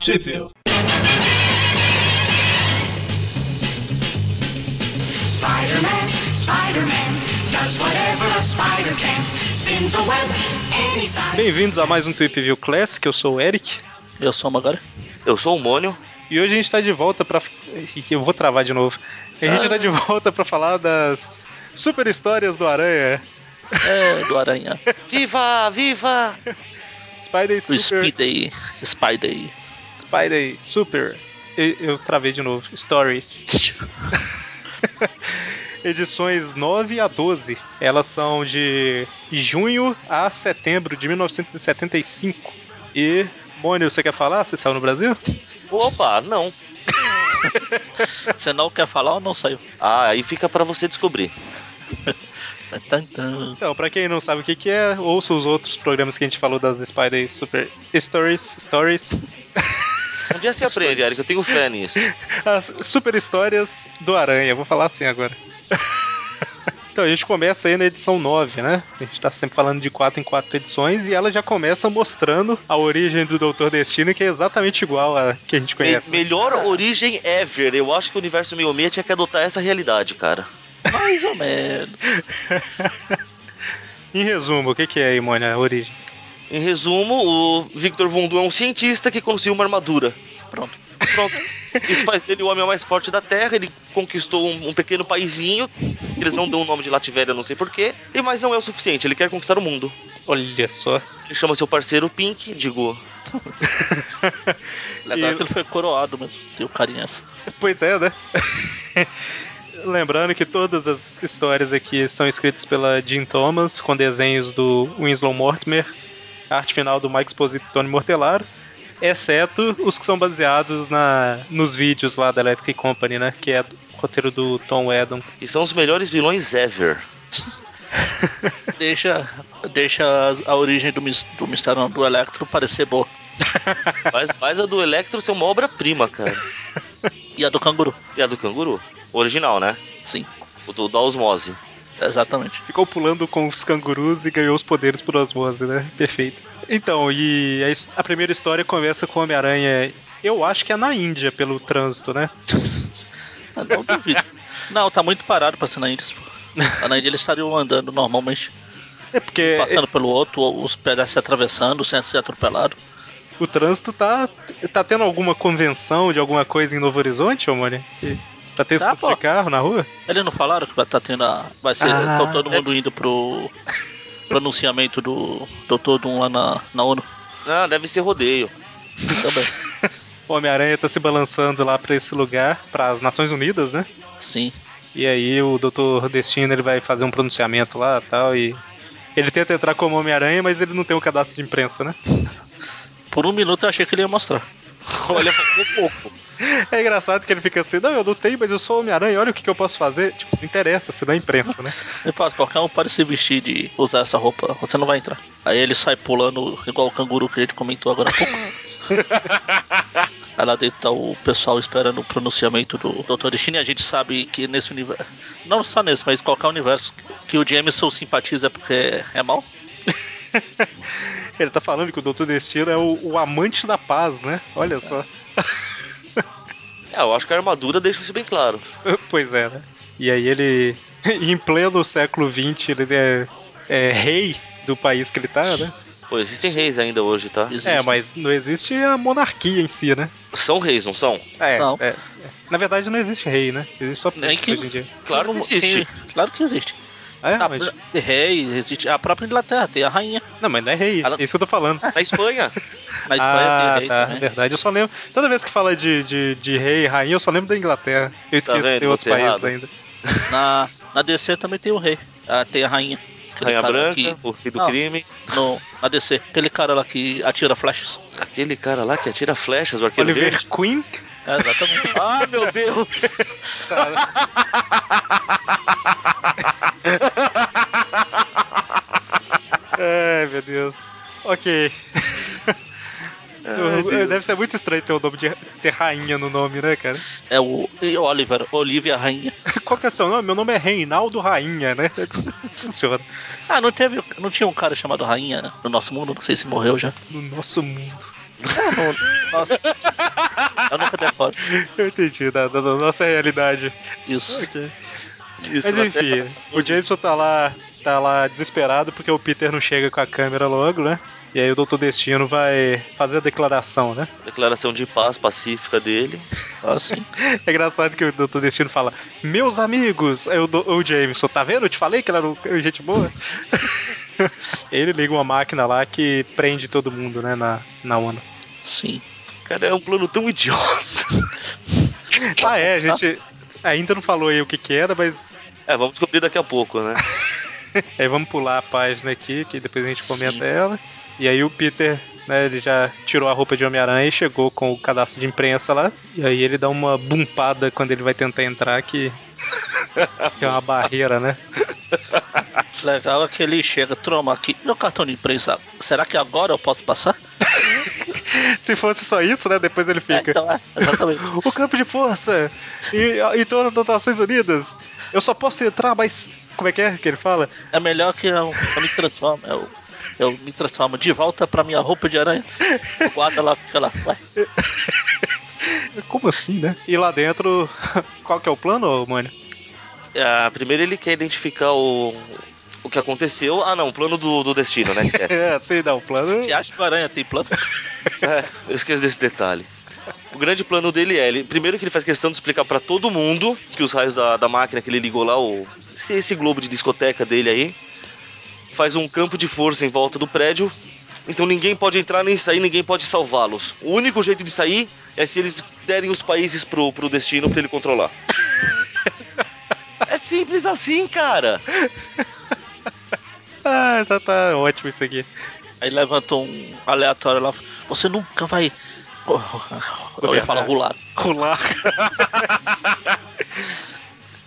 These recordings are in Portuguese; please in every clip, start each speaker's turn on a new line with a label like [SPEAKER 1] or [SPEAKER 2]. [SPEAKER 1] Sheffield.
[SPEAKER 2] Spider-Man, Spider-Man, does whatever a spider can. Spins a web any size.
[SPEAKER 1] Bem-vindos a mais um Tweep View Classic, eu sou o Eric.
[SPEAKER 3] Eu sou o Magari.
[SPEAKER 4] Eu sou o Mônio.
[SPEAKER 1] E hoje a gente tá de volta pra. Eu vou travar de novo. A gente tá de volta pra falar das super histórias do Aranha.
[SPEAKER 3] É, do Aranha.
[SPEAKER 4] Viva, viva!
[SPEAKER 1] Spider
[SPEAKER 3] Do
[SPEAKER 1] Super.
[SPEAKER 3] Speedy. Spidey.
[SPEAKER 1] Spider Super. E- Eu travei de novo. Stories. Edições 9 a 12. Elas são de junho a setembro de 1975. E. Mônio, você quer falar? Você saiu no Brasil?
[SPEAKER 4] Opa, não.
[SPEAKER 3] Você não quer falar ou não saiu?
[SPEAKER 4] Ah, aí fica pra você descobrir.
[SPEAKER 3] Tan, tan, tan.
[SPEAKER 1] Então, pra quem não sabe o que, que é, ouça os outros programas que a gente falou das Spider Super Stories, Stories,
[SPEAKER 4] Um dia você aprende, Eric, eu tenho fé nisso.
[SPEAKER 1] as Super Histórias do Aranha, vou falar assim agora. então, a gente começa aí na edição 9, né? A gente tá sempre falando de 4 em 4 edições e ela já começa mostrando a origem do Doutor Destino, que é exatamente igual a que a gente
[SPEAKER 4] Me-
[SPEAKER 1] conhece.
[SPEAKER 4] melhor origem ever. Eu acho que o universo meio meia tinha que adotar essa realidade, cara.
[SPEAKER 3] Mais ou menos.
[SPEAKER 1] Em resumo, o que, que é aí, Mônia, a origem?
[SPEAKER 4] Em resumo, o Victor Von Doom é um cientista que conseguiu uma armadura.
[SPEAKER 3] Pronto.
[SPEAKER 4] Pronto. Isso faz dele o homem mais forte da Terra. Ele conquistou um, um pequeno paizinho. Eles não dão o nome de Lativéria, não sei porquê. E mas não é o suficiente. Ele quer conquistar o mundo.
[SPEAKER 1] Olha só.
[SPEAKER 4] Ele chama seu parceiro Pink, digo,
[SPEAKER 3] Legal
[SPEAKER 1] E-
[SPEAKER 3] que ele foi coroado, mas deu carinha essa.
[SPEAKER 1] Pois é, né? Lembrando que todas as histórias aqui são escritas pela Jim Thomas, com desenhos do Winslow Mortimer, arte final do Mike Esposito e Tony Mortelaro, exceto os que são baseados na, nos vídeos lá da Electric Company, né? Que é do- o roteiro do Tom Edon.
[SPEAKER 4] que são os melhores vilões ever.
[SPEAKER 3] Deixa, deixa a origem do, mis- do mistério não, do Electro parecer boa.
[SPEAKER 4] Mas faz a do Electro ser uma obra-prima, cara.
[SPEAKER 3] E a do canguru.
[SPEAKER 4] E a do canguru? Original, né?
[SPEAKER 3] Sim,
[SPEAKER 4] O do, da osmose.
[SPEAKER 3] exatamente.
[SPEAKER 1] Ficou pulando com os cangurus e ganhou os poderes por osmose, né? Perfeito. Então, e a, his- a primeira história começa com o Homem-Aranha, eu acho que é na Índia, pelo trânsito, né?
[SPEAKER 3] Mas Ah, Não duvido. Não, tá muito parado pra ser na Índia. pô. Na Índia eles estariam andando normalmente,
[SPEAKER 1] É porque
[SPEAKER 3] passando pelo outro, os pedaços se atravessando, sem ser atropelado.
[SPEAKER 1] O trânsito tá. tá tendo alguma convenção de alguma coisa em Novo Horizonte, ô Mônio? Que- Tá tendo
[SPEAKER 3] Tá,
[SPEAKER 1] estupro de
[SPEAKER 3] pô.
[SPEAKER 1] carro na rua?
[SPEAKER 3] Eles não falaram que vai estar tendo a. Vai ser.
[SPEAKER 1] Ah,
[SPEAKER 3] tá todo
[SPEAKER 1] deve
[SPEAKER 3] mundo
[SPEAKER 1] ser.
[SPEAKER 3] indo pro pronunciamento do doutor Doom lá na, na ONU
[SPEAKER 4] Não, Ah, deve ser rodeio.
[SPEAKER 3] também.
[SPEAKER 1] O Homem-Aranha tá se balançando lá pra esse lugar, pras Nações Unidas, né?
[SPEAKER 3] Sim.
[SPEAKER 1] E aí o Dr. Destino ele vai fazer um pronunciamento lá tal, e. Ele tenta entrar como Homem-Aranha, mas ele não tem o cadastro de imprensa, né?
[SPEAKER 3] Por um minuto eu achei que ele ia mostrar.
[SPEAKER 4] Olha, um pouco.
[SPEAKER 1] É engraçado que ele fica assim, não, eu não tenho, mas eu sou Homem-Aranha, olha o que, que eu posso fazer. Tipo, não interessa, se não é imprensa, né?
[SPEAKER 3] Ele fala, qualquer um pode se vestir de usar essa roupa, você não vai entrar. Aí ele sai pulando igual o canguru que a gente comentou agora há pouco. Aí lá dentro tá o pessoal esperando o pronunciamento do Dr. Destino e a gente sabe que nesse universo. Não só nesse, mas qualquer universo que o Jameson simpatiza porque é mal.
[SPEAKER 1] Ele tá falando que o Dr. Destino é o- o amante da paz, né? Olha só.
[SPEAKER 4] É, eu acho que a armadura deixa isso bem claro.
[SPEAKER 1] Pois é, né? E aí ele, em pleno século XX, ele é, é rei do país que ele tá, né?
[SPEAKER 4] Pô, existem reis ainda hoje, tá?
[SPEAKER 3] Existe.
[SPEAKER 1] É, mas não existe a monarquia em si, né?
[SPEAKER 4] São reis, não são?
[SPEAKER 1] É,
[SPEAKER 3] Não.
[SPEAKER 1] é. Na verdade não existe rei, né? Existe só
[SPEAKER 3] Nem
[SPEAKER 1] príncipe hoje
[SPEAKER 3] que- tá
[SPEAKER 1] em dia.
[SPEAKER 4] Claro
[SPEAKER 3] Todo
[SPEAKER 4] que
[SPEAKER 3] mundo-
[SPEAKER 4] existe.
[SPEAKER 3] tem- claro que existe.
[SPEAKER 1] É,
[SPEAKER 3] A
[SPEAKER 1] mas-
[SPEAKER 3] pr- tem rei, existe. A própria Inglaterra tem a rainha.
[SPEAKER 1] Não, mas não é rei,
[SPEAKER 3] Ela-
[SPEAKER 1] é isso que eu tô falando.
[SPEAKER 4] Na Espanha?
[SPEAKER 3] Na Ah, Espanha
[SPEAKER 1] ah,
[SPEAKER 3] tem rei
[SPEAKER 1] tá,
[SPEAKER 3] também.
[SPEAKER 1] verdade. Eu só lembro. Toda vez que fala de, de, de rei e rainha, eu só lembro da Inglaterra.
[SPEAKER 3] Tá
[SPEAKER 1] Eu esqueço que
[SPEAKER 4] vendo?
[SPEAKER 1] tem outros
[SPEAKER 4] Você é
[SPEAKER 1] países
[SPEAKER 4] errado.
[SPEAKER 1] ainda.
[SPEAKER 3] Na, na DC também tem o rei. Ah, tem a rainha. Aquele
[SPEAKER 4] Rainha
[SPEAKER 3] cara
[SPEAKER 4] Branca,
[SPEAKER 3] que-
[SPEAKER 4] o rei do
[SPEAKER 3] Não.
[SPEAKER 4] crime.
[SPEAKER 3] no, na DC. Aquele cara lá que atira flechas.
[SPEAKER 4] Aquele cara lá que atira flechas, o arqueiro
[SPEAKER 1] Oliver
[SPEAKER 4] verde.
[SPEAKER 1] Queen?
[SPEAKER 3] É, exatamente.
[SPEAKER 4] Ah, meu Deus!
[SPEAKER 1] Tá. Ai, meu Deus. Ok.
[SPEAKER 4] Ai, Deus.
[SPEAKER 1] Deve ser muito estranho ter o nome de ter rainha no nome, né, cara?
[SPEAKER 3] é o e o Oliver, Olivia Rainha.
[SPEAKER 1] Qual que é seu nome? Meu nome é Reinaldo Rainha, né? Funciona.
[SPEAKER 3] Ah, né, não teve, não tinha um cara chamado Rainha no nosso mundo, não sei se morreu já.
[SPEAKER 1] No nosso mundo.
[SPEAKER 3] Nossa. Eu nunca decoro.
[SPEAKER 1] Eu entendi, da, da- da nossa realidade.
[SPEAKER 3] Isso.
[SPEAKER 4] Isso, né?
[SPEAKER 1] Mas
[SPEAKER 4] na
[SPEAKER 1] enfim,
[SPEAKER 4] Terra.
[SPEAKER 1] o Jameson tá lá, tá lá desesperado porque o Peter não chega com a câmera logo, né? E aí o Doutor Destino vai fazer a declaração, né?
[SPEAKER 4] Declaração de paz pacífica dele.
[SPEAKER 3] Assim.
[SPEAKER 1] É engraçado que o Doutor Destino fala, meus amigos, aí o, do, o Jameson, tá vendo? Eu te falei que ele era um- gente boa. ele liga uma máquina lá que prende todo mundo, né, na, na ONU.
[SPEAKER 3] Sim.
[SPEAKER 4] Cara, é um plano tão idiota.
[SPEAKER 1] Ah, é, a gente ainda não falou aí o que que era, mas
[SPEAKER 4] É, vamos descobrir daqui a pouco, né?
[SPEAKER 1] Aí vamos pular a página aqui, que depois a gente comenta
[SPEAKER 3] Sim.
[SPEAKER 1] ela. E aí o Peter, né, ele já tirou a roupa de Homem-Aranha e chegou com o cadastro de imprensa lá. E aí ele dá uma bumpada quando ele vai tentar entrar, que tem uma barreira, né?
[SPEAKER 3] Legal é que ele chega, troma aqui. Meu cartão de imprensa, será que agora eu posso passar?
[SPEAKER 1] Se fosse só isso, né, depois ele
[SPEAKER 3] É,
[SPEAKER 1] fica...
[SPEAKER 3] então, é, exatamente.
[SPEAKER 1] O campo de força e, e todas as Nações Unidas. Eu só posso entrar, mas... Como é que é que ele fala?
[SPEAKER 3] É melhor que eu, eu me transformo. Eu, eu me transformo de volta pra minha roupa de aranha. O guarda lá fica lá. Ué,
[SPEAKER 1] Como assim, né? E lá dentro, qual que é o plano, mano?
[SPEAKER 4] Ah, primeiro ele quer identificar o, o que aconteceu. Ah, não, o plano do, do destino, né? Esquece.
[SPEAKER 1] É, sei não, o plano...
[SPEAKER 3] Você acha que o aranha tem plano?
[SPEAKER 4] É, eu esqueço desse detalhe. O grande plano dele é, ele, primeiro que ele faz questão de explicar pra todo mundo que os raios da, da máquina que ele ligou lá, o, esse, esse globo de discoteca dele aí, faz um campo de força em volta do prédio, então ninguém pode entrar nem sair, ninguém pode salvá-los. O único jeito de sair é se eles derem os países pro, pro destino pra ele controlar. é simples assim, cara.
[SPEAKER 1] Ah, tá, tá ótimo isso aqui.
[SPEAKER 3] Aí levantou um aleatório lá. Você nunca vai. Eu ia falar rular.
[SPEAKER 1] Rular.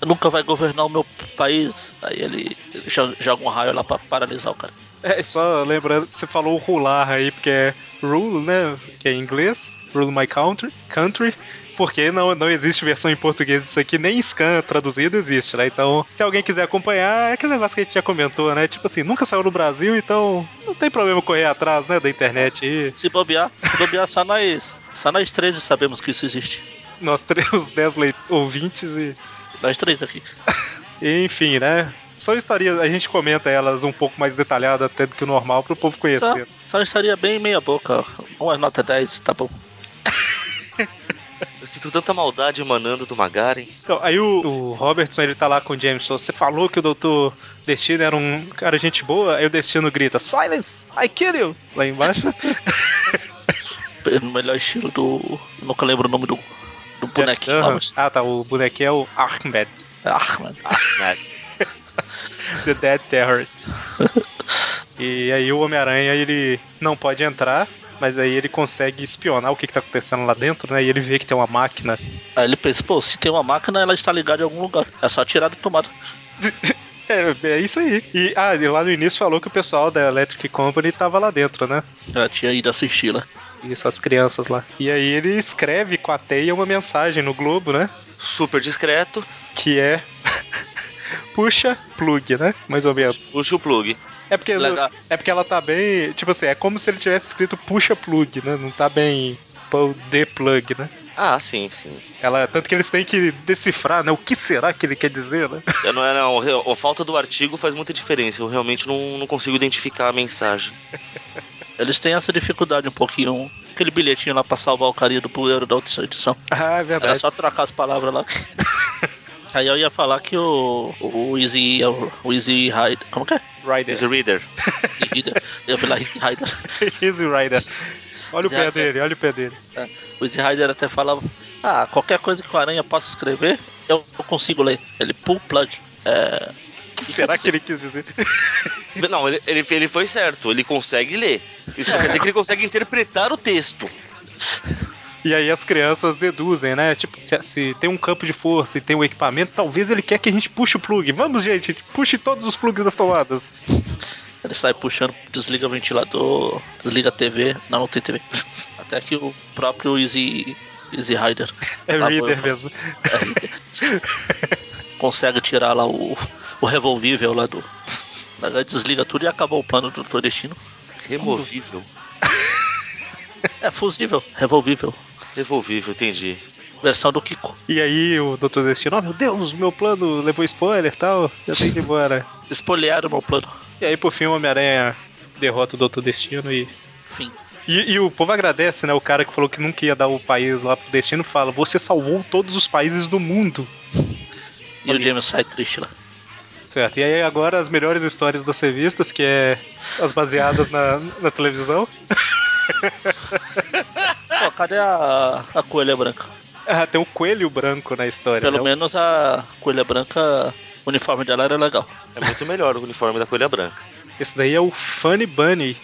[SPEAKER 3] Nunca vai governar o meu país. Aí ele jo- joga um raio lá pra paralisar o cara.
[SPEAKER 1] É, só lembrando, você falou rular aí, porque é rule, né? Que é em inglês, rule my country, country porque não, não existe versão em português disso aqui, nem scan traduzido existe, né? Então, se alguém quiser acompanhar, é aquele negócio que a gente já comentou, né? Tipo assim, nunca saiu no Brasil, então não tem problema correr atrás, né? Da internet aí.
[SPEAKER 3] Se bobear, se bobear só nós. Só nós 13 sabemos que isso existe.
[SPEAKER 1] Nós temos 10 leit- ouvintes e
[SPEAKER 3] Nós três aqui.
[SPEAKER 1] E, Enfim, né? São histórias, a gente comenta elas um pouco mais detalhada até do que o normal pro povo
[SPEAKER 3] Só,
[SPEAKER 1] conhecer.
[SPEAKER 3] só estaria bem meia boca. Uma nota 10, tá bom.
[SPEAKER 4] Eu sinto tanta maldade emanando do Magaren.
[SPEAKER 1] Então, aí o, o Robertson, ele tá lá com o Jameson. Você falou que o Doutor Destino era um cara gente boa, aí o Destino grita, Silence, I kill you! Lá embaixo.
[SPEAKER 3] No melhor estilo do. eu Nunca lembro o nome do, do bonequinho lá,
[SPEAKER 1] Aham.
[SPEAKER 3] mas.
[SPEAKER 1] Ah, tá, o bonequinho é o Ahmed,
[SPEAKER 3] Ah, mano.
[SPEAKER 4] É,
[SPEAKER 1] The Dead Terrorist. e aí o Homem-Aranha, ele não pode entrar, mas aí ele consegue espionar o que que tá acontecendo lá dentro, né? E ele vê que tem uma máquina
[SPEAKER 3] Aí ele pensa, pô, se tem uma máquina, ela está ligada em algum lugar. É só tirar da tomada.
[SPEAKER 1] É, é isso aí. E, ah, e lá no início falou que o pessoal da Electric Company tava lá dentro, né?
[SPEAKER 3] Eu tinha ido assistir lá.
[SPEAKER 1] E essas crianças lá. E aí ele escreve com a teia uma mensagem no Globo, né?
[SPEAKER 4] Super discreto,
[SPEAKER 1] Que é. Puxa, plug, né? Mais ou menos.
[SPEAKER 4] puxa o plug.
[SPEAKER 1] É porque,
[SPEAKER 3] Legal.
[SPEAKER 1] é porque ela tá bem. Tipo assim, é como se ele tivesse escrito puxa plug, né? Não tá bem. Pull the plug, né?
[SPEAKER 4] Ah, sim, sim.
[SPEAKER 1] Ela, tanto que eles têm que decifrar, né? O que será que ele quer dizer, né?
[SPEAKER 4] Eu não, é, não, real- a falta do artigo faz muita diferença. Eu realmente não, não consigo identificar a mensagem.
[SPEAKER 3] Eles têm essa dificuldade um pouquinho. Aquele bilhetinho lá pra salvar o carinha do poeiro da outra edição.
[SPEAKER 1] Ah, é
[SPEAKER 3] Era
[SPEAKER 1] verdade.
[SPEAKER 3] só trocar as palavras lá. Aí eu ia falar que o, o Easy. O Easy Rider. Como que é?
[SPEAKER 1] Rider.
[SPEAKER 4] Esse reader.
[SPEAKER 3] Easy Rider. Eu ia falar Easy Rider.
[SPEAKER 1] Easy Rider. Olha o
[SPEAKER 3] Já
[SPEAKER 1] pé
[SPEAKER 3] que-
[SPEAKER 1] dele, olha o pé dele.
[SPEAKER 3] O Easy Rider até falava: Ah, qualquer coisa que o Aranha possa escrever, eu consigo ler. Ele pull plug. É,
[SPEAKER 1] O que será que ele quis dizer?
[SPEAKER 4] Não, ele, ele, ele foi certo. Ele consegue ler. Isso quer dizer que ele consegue interpretar o texto.
[SPEAKER 1] E aí as crianças deduzem, né? Tipo, se, se tem um campo de força e tem um equipamento, talvez ele quer que a gente puxe o plug. Vamos, gente, puxe todos os plugs das tomadas.
[SPEAKER 3] ele sai puxando, desliga o ventilador, desliga a TV. Não, não tem TV. Até que o próprio Easy, Easy Rider
[SPEAKER 1] É
[SPEAKER 3] Tá bom, eu
[SPEAKER 1] reader
[SPEAKER 3] falo.
[SPEAKER 1] mesmo.
[SPEAKER 3] consegue tirar lá o, o revolvível lá do. Desliga tudo e acabou o plano do Dr. Destino.
[SPEAKER 4] Removível.
[SPEAKER 3] É fusível, revolvível.
[SPEAKER 4] Revolvível, entendi.
[SPEAKER 3] Versão do Kiko.
[SPEAKER 1] E aí o Dr. Destino, oh meu Deus, meu plano levou spoiler e tal, eu tenho que ir embora.
[SPEAKER 3] Espoliaram meu plano.
[SPEAKER 1] E aí por fim o Homem-Aranha derrota o Dr. Destino e
[SPEAKER 3] Fim.
[SPEAKER 1] E, e o povo agradece, né? O cara que falou que nunca ia dar o país lá pro destino fala: Você salvou todos os países do mundo.
[SPEAKER 3] E o James sai triste lá.
[SPEAKER 1] Certo. E aí agora as melhores histórias das revistas, que é as baseadas na, na televisão.
[SPEAKER 3] Pô, cadê a, a coelha branca?
[SPEAKER 1] Ah, tem um coelho branco na história.
[SPEAKER 3] Pelo
[SPEAKER 1] né?
[SPEAKER 3] menos a coelha branca, o uniforme dela era legal.
[SPEAKER 4] É muito melhor o uniforme da Coelha Branca.
[SPEAKER 1] Esse daí é o Funny Bunny.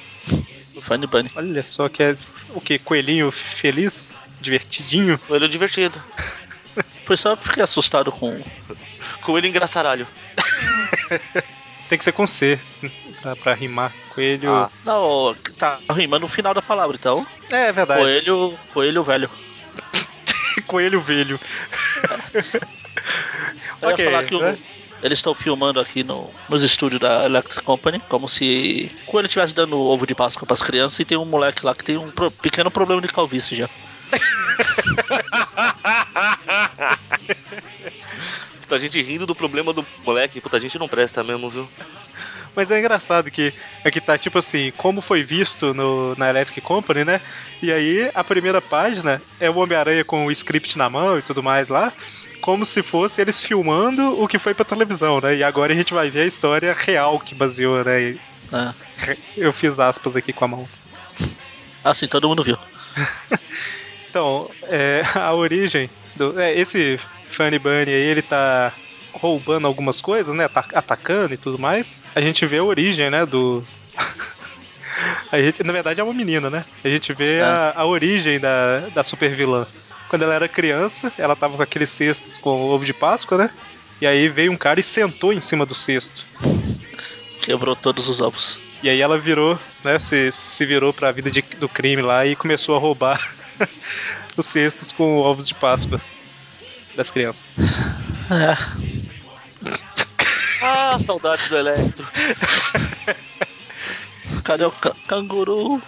[SPEAKER 3] O Funny Bunny.
[SPEAKER 1] Olha só que é o que? Coelhinho feliz? Divertidinho?
[SPEAKER 4] Coelho divertido.
[SPEAKER 3] Foi só porque assustado com.
[SPEAKER 4] Coelho engraçaralho.
[SPEAKER 1] Tem que ser com C pra, pra rimar. Coelho.
[SPEAKER 4] Ah.
[SPEAKER 3] Não, tá rimando no final da palavra, então.
[SPEAKER 1] É verdade.
[SPEAKER 3] Coelho, coelho velho.
[SPEAKER 1] Coelho velho.
[SPEAKER 3] Eu
[SPEAKER 1] Ok,
[SPEAKER 3] ia falar que o-
[SPEAKER 1] né?
[SPEAKER 3] eles estão filmando aqui no, nos estúdios da Electric Company, como se o coelho estivesse dando ovo de Páscoa pras crianças e tem um moleque lá que tem um pro- pequeno problema de calvície já.
[SPEAKER 4] Puta gente rindo do problema do moleque. Puta gente não presta mesmo, viu?
[SPEAKER 1] Mas é engraçado que aqui tá tipo assim, como foi visto no, na Electric Company, né? E aí a primeira página é o Homem-Aranha com o script na mão e tudo mais lá, como se fosse eles filmando o que foi pra televisão, né? E agora a gente vai ver a história real que baseou, né? E
[SPEAKER 3] né?
[SPEAKER 1] Eu fiz aspas aqui com a mão.
[SPEAKER 3] Assim, todo mundo viu.
[SPEAKER 1] Então, é, a origem do. é, esse Funny Bunny aí, ele tá roubando algumas coisas, né? ata- Atacando e tudo mais. A gente vê a origem, né? Do. A gente, na verdade é uma menina, né? A gente vê a, a origem da, da super vilã. Quando ela era criança, ela tava com aqueles cestos com ovo de Páscoa, né? E aí veio um cara e sentou em cima do cesto.
[SPEAKER 3] Quebrou todos os ovos.
[SPEAKER 1] E aí ela virou, né? Se, se virou pra vida de- do crime lá e começou a roubar os cestos com ovos de Páscoa das crianças.
[SPEAKER 3] É.
[SPEAKER 4] Ah, saudades do Electro.
[SPEAKER 3] Cadê o ca- canguru?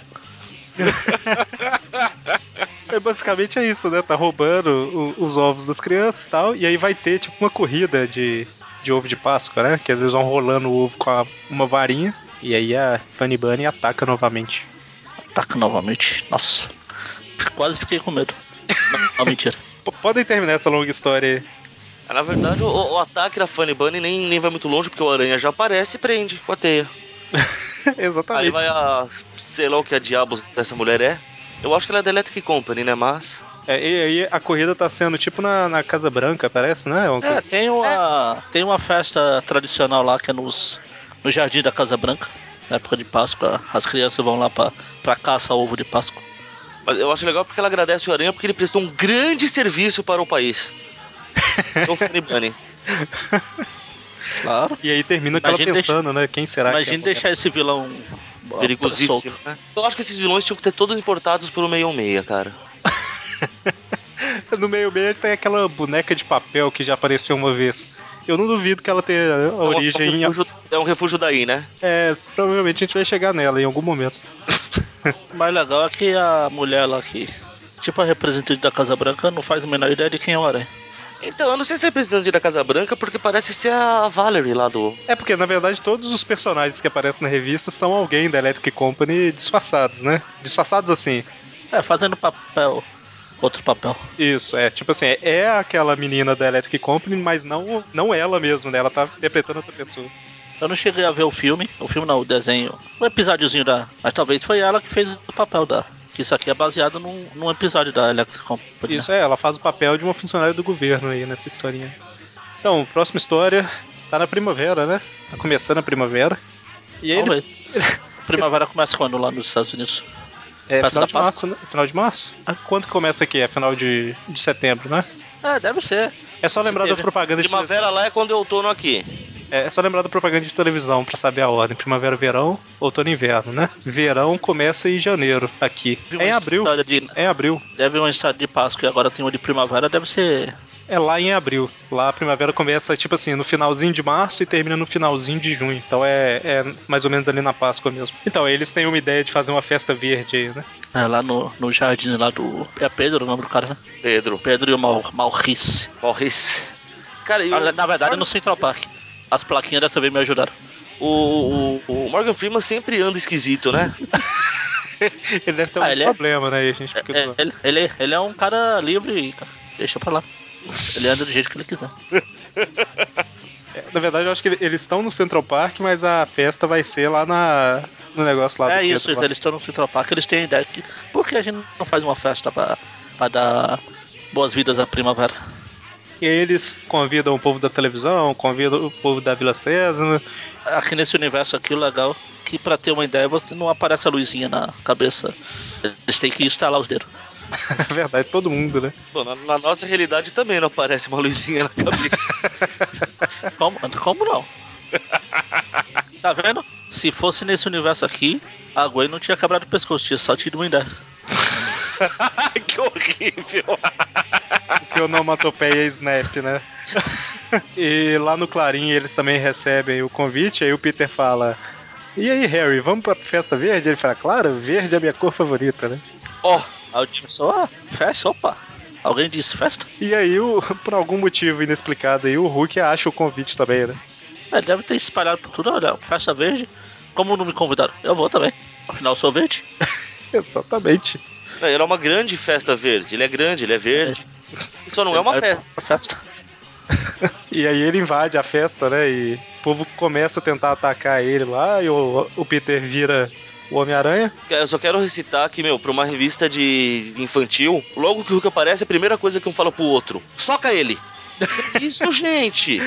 [SPEAKER 1] É, basicamente é isso, né? Tá roubando o- os ovos das crianças e tal. E aí vai ter tipo uma corrida de, de ovo de Páscoa, né? Que eles vão rolando o ovo com a- uma varinha. E aí a Funny Bunny ataca novamente.
[SPEAKER 3] Ataca Tá novamente. Nossa. Quase fiquei com medo. Não, não, mentira.
[SPEAKER 1] P- podem terminar essa longa história aí.
[SPEAKER 4] Ah, Na verdade, o, o ataque da Funny Bunny nem, nem vai muito longe, porque o Aranha já aparece e prende com a teia. Aí
[SPEAKER 1] Exatamente.
[SPEAKER 4] vai a. sei lá o que a diabos dessa mulher é. Eu acho que ela é da Electric Company, né? Mas.
[SPEAKER 1] É, e aí a corrida tá sendo tipo na, na Casa Branca, parece, né? Uma
[SPEAKER 3] É, tem uma, tem uma festa tradicional lá que é nos, no jardim da Casa Branca. Na época de Páscoa, as crianças vão lá pra, pra caça ao ovo de Páscoa.
[SPEAKER 4] Mas eu acho legal porque ela agradece o Aranha porque ele prestou um grande serviço para o país. o Funny Bunny.
[SPEAKER 3] Claro.
[SPEAKER 1] E aí termina com ela
[SPEAKER 3] Imagina deixa-
[SPEAKER 1] pensando, né? Quem será
[SPEAKER 3] Imagina
[SPEAKER 1] que é?
[SPEAKER 3] deixar esse vilão ah, solto.
[SPEAKER 4] Perigosíssimo. né? Eu acho que esses vilões tinham que ter todos importados por um 616, cara.
[SPEAKER 1] No meio meio tem aquela boneca de papel que já apareceu uma vez. Eu não duvido que ela tenha a
[SPEAKER 3] tá
[SPEAKER 4] É um-
[SPEAKER 1] origem. em-
[SPEAKER 4] É um refúgio, é um refúgio daí, né?
[SPEAKER 1] É, provavelmente a gente vai chegar nela em algum momento.
[SPEAKER 3] O mais legal é que a mulher lá que, tipo a representante da Casa Branca, não faz a menor ideia de quem é o Aranha.
[SPEAKER 4] Então, eu não sei se é presidente da Casa Branca porque parece ser a Valerie lá do.
[SPEAKER 1] É porque, na verdade, todos os personagens que aparecem na revista são alguém da Electric Company disfarçados, né? Disfarçados assim.
[SPEAKER 3] É, fazendo papel, outro papel.
[SPEAKER 1] Isso, é. Tipo assim, é aquela menina da Electric Company, mas não, não ela mesmo, né? Ela tá interpretando outra pessoa.
[SPEAKER 3] Eu não cheguei a ver o filme, o filme não, o desenho, o episódiozinho da. Mas talvez foi ela que fez o papel da. Que isso aqui é baseado num, num episódio da Electric Company.
[SPEAKER 1] Isso é, ela faz o papel de uma funcionária do governo aí nessa historinha. Então, próxima história tá na primavera, né? Tá começando a primavera. E aí eles,
[SPEAKER 3] Talvez. Primavera começa quando lá nos Estados Unidos?
[SPEAKER 1] é
[SPEAKER 3] perto
[SPEAKER 1] final
[SPEAKER 3] da
[SPEAKER 1] de março, né? Final de março? Ah, Quando que começa aqui? É final de, de setembro, né?
[SPEAKER 3] É, deve ser.
[SPEAKER 1] É só lembrar das
[SPEAKER 3] Setembro.
[SPEAKER 1] propagandas de televisão.
[SPEAKER 4] Primavera lá é quando eu outono aqui.
[SPEAKER 1] É, é só lembrar da propaganda de televisão pra saber a ordem. Primavera, verão, outono e inverno, né? Verão começa em janeiro aqui. É em abril.
[SPEAKER 3] História um de-
[SPEAKER 1] É em abril.
[SPEAKER 3] deve um estado de Páscoa e agora tem um de primavera, deve ser
[SPEAKER 1] é lá em abril. Lá a primavera começa, tipo assim, no finalzinho de março e termina no finalzinho de junho. Então é, é mais ou menos ali na Páscoa mesmo. Então, eles têm uma ideia de fazer uma festa verde aí, né?
[SPEAKER 3] É lá no, no jardim lá do. É Pedro o nome do cara, né?
[SPEAKER 4] Pedro.
[SPEAKER 3] Pedro e o Mal, Malrice.
[SPEAKER 4] Morris. Cara, e o-
[SPEAKER 3] Ah, Na verdade, no Central Park. As plaquinhas dessa vez me ajudaram.
[SPEAKER 4] o, o, o Morgan Freeman sempre anda esquisito, né?
[SPEAKER 1] Ele deve ter
[SPEAKER 3] Ah,
[SPEAKER 1] um
[SPEAKER 3] ele é-
[SPEAKER 1] problema, né? E a gente fica
[SPEAKER 3] É,
[SPEAKER 1] zoando.
[SPEAKER 3] ele, ele, ele é um cara livre, cara. Deixa pra lá. Ele anda do jeito que ele quiser.
[SPEAKER 1] É, Na verdade, eu acho que ele- eles estão no Central Park, mas a festa vai ser lá na, no negócio lá
[SPEAKER 3] é
[SPEAKER 1] do
[SPEAKER 3] isso,
[SPEAKER 1] Pedro
[SPEAKER 3] isso,
[SPEAKER 1] lá.
[SPEAKER 3] eles estão no Central Park, eles têm ideia que. Por que a gente não faz uma festa pra, pra dar boas-vindas à primavera?
[SPEAKER 1] E aí eles convidam o povo da televisão, convidam o povo da Vila Sésamo.
[SPEAKER 3] Aqui nesse universo aqui, o legal é que pra ter uma ideia, você não aparece a luzinha na cabeça. Eles têm que instalar os dedos.
[SPEAKER 1] Na verdade, todo mundo, né?
[SPEAKER 4] Bom, na, na nossa realidade também não aparece uma luzinha na cabeça.
[SPEAKER 3] É Como, como não? Tá vendo? Se fosse nesse universo aqui, a Gwen não tinha quebrado o pescoço, tinha só tido uma ideia.
[SPEAKER 4] que horrível.
[SPEAKER 1] Porque onomatopeia é Snap, né? e lá no Clarim eles também recebem o convite, aí o Peter fala. E aí, Harry, vamos pra festa verde? Ele fala, claro, verde é a minha cor favorita, né?
[SPEAKER 4] Ó,
[SPEAKER 3] Aí o Jimmy só, ah, festa, opa. Alguém disse festa?
[SPEAKER 1] E aí, o- por algum motivo inexplicado aí, o Hulk acha o convite também, né?
[SPEAKER 3] É, deve ter espalhado por tudo, olha, festa verde. Como não me convidaram? Eu vou também. Afinal, eu sou verde.
[SPEAKER 1] Exatamente.
[SPEAKER 4] né, era uma grande festa verde. Ele é grande, ele é verde. Só não é uma festa.
[SPEAKER 3] festa.
[SPEAKER 1] E aí ele invade a festa, né? E o povo começa a tentar atacar ele lá, e o, o Peter vira o Homem-Aranha.
[SPEAKER 4] Eu só quero recitar que, meu, pra uma revista de infantil, logo que o Hulk aparece, a primeira coisa que um fala pro outro: soca ele! Isso, gente!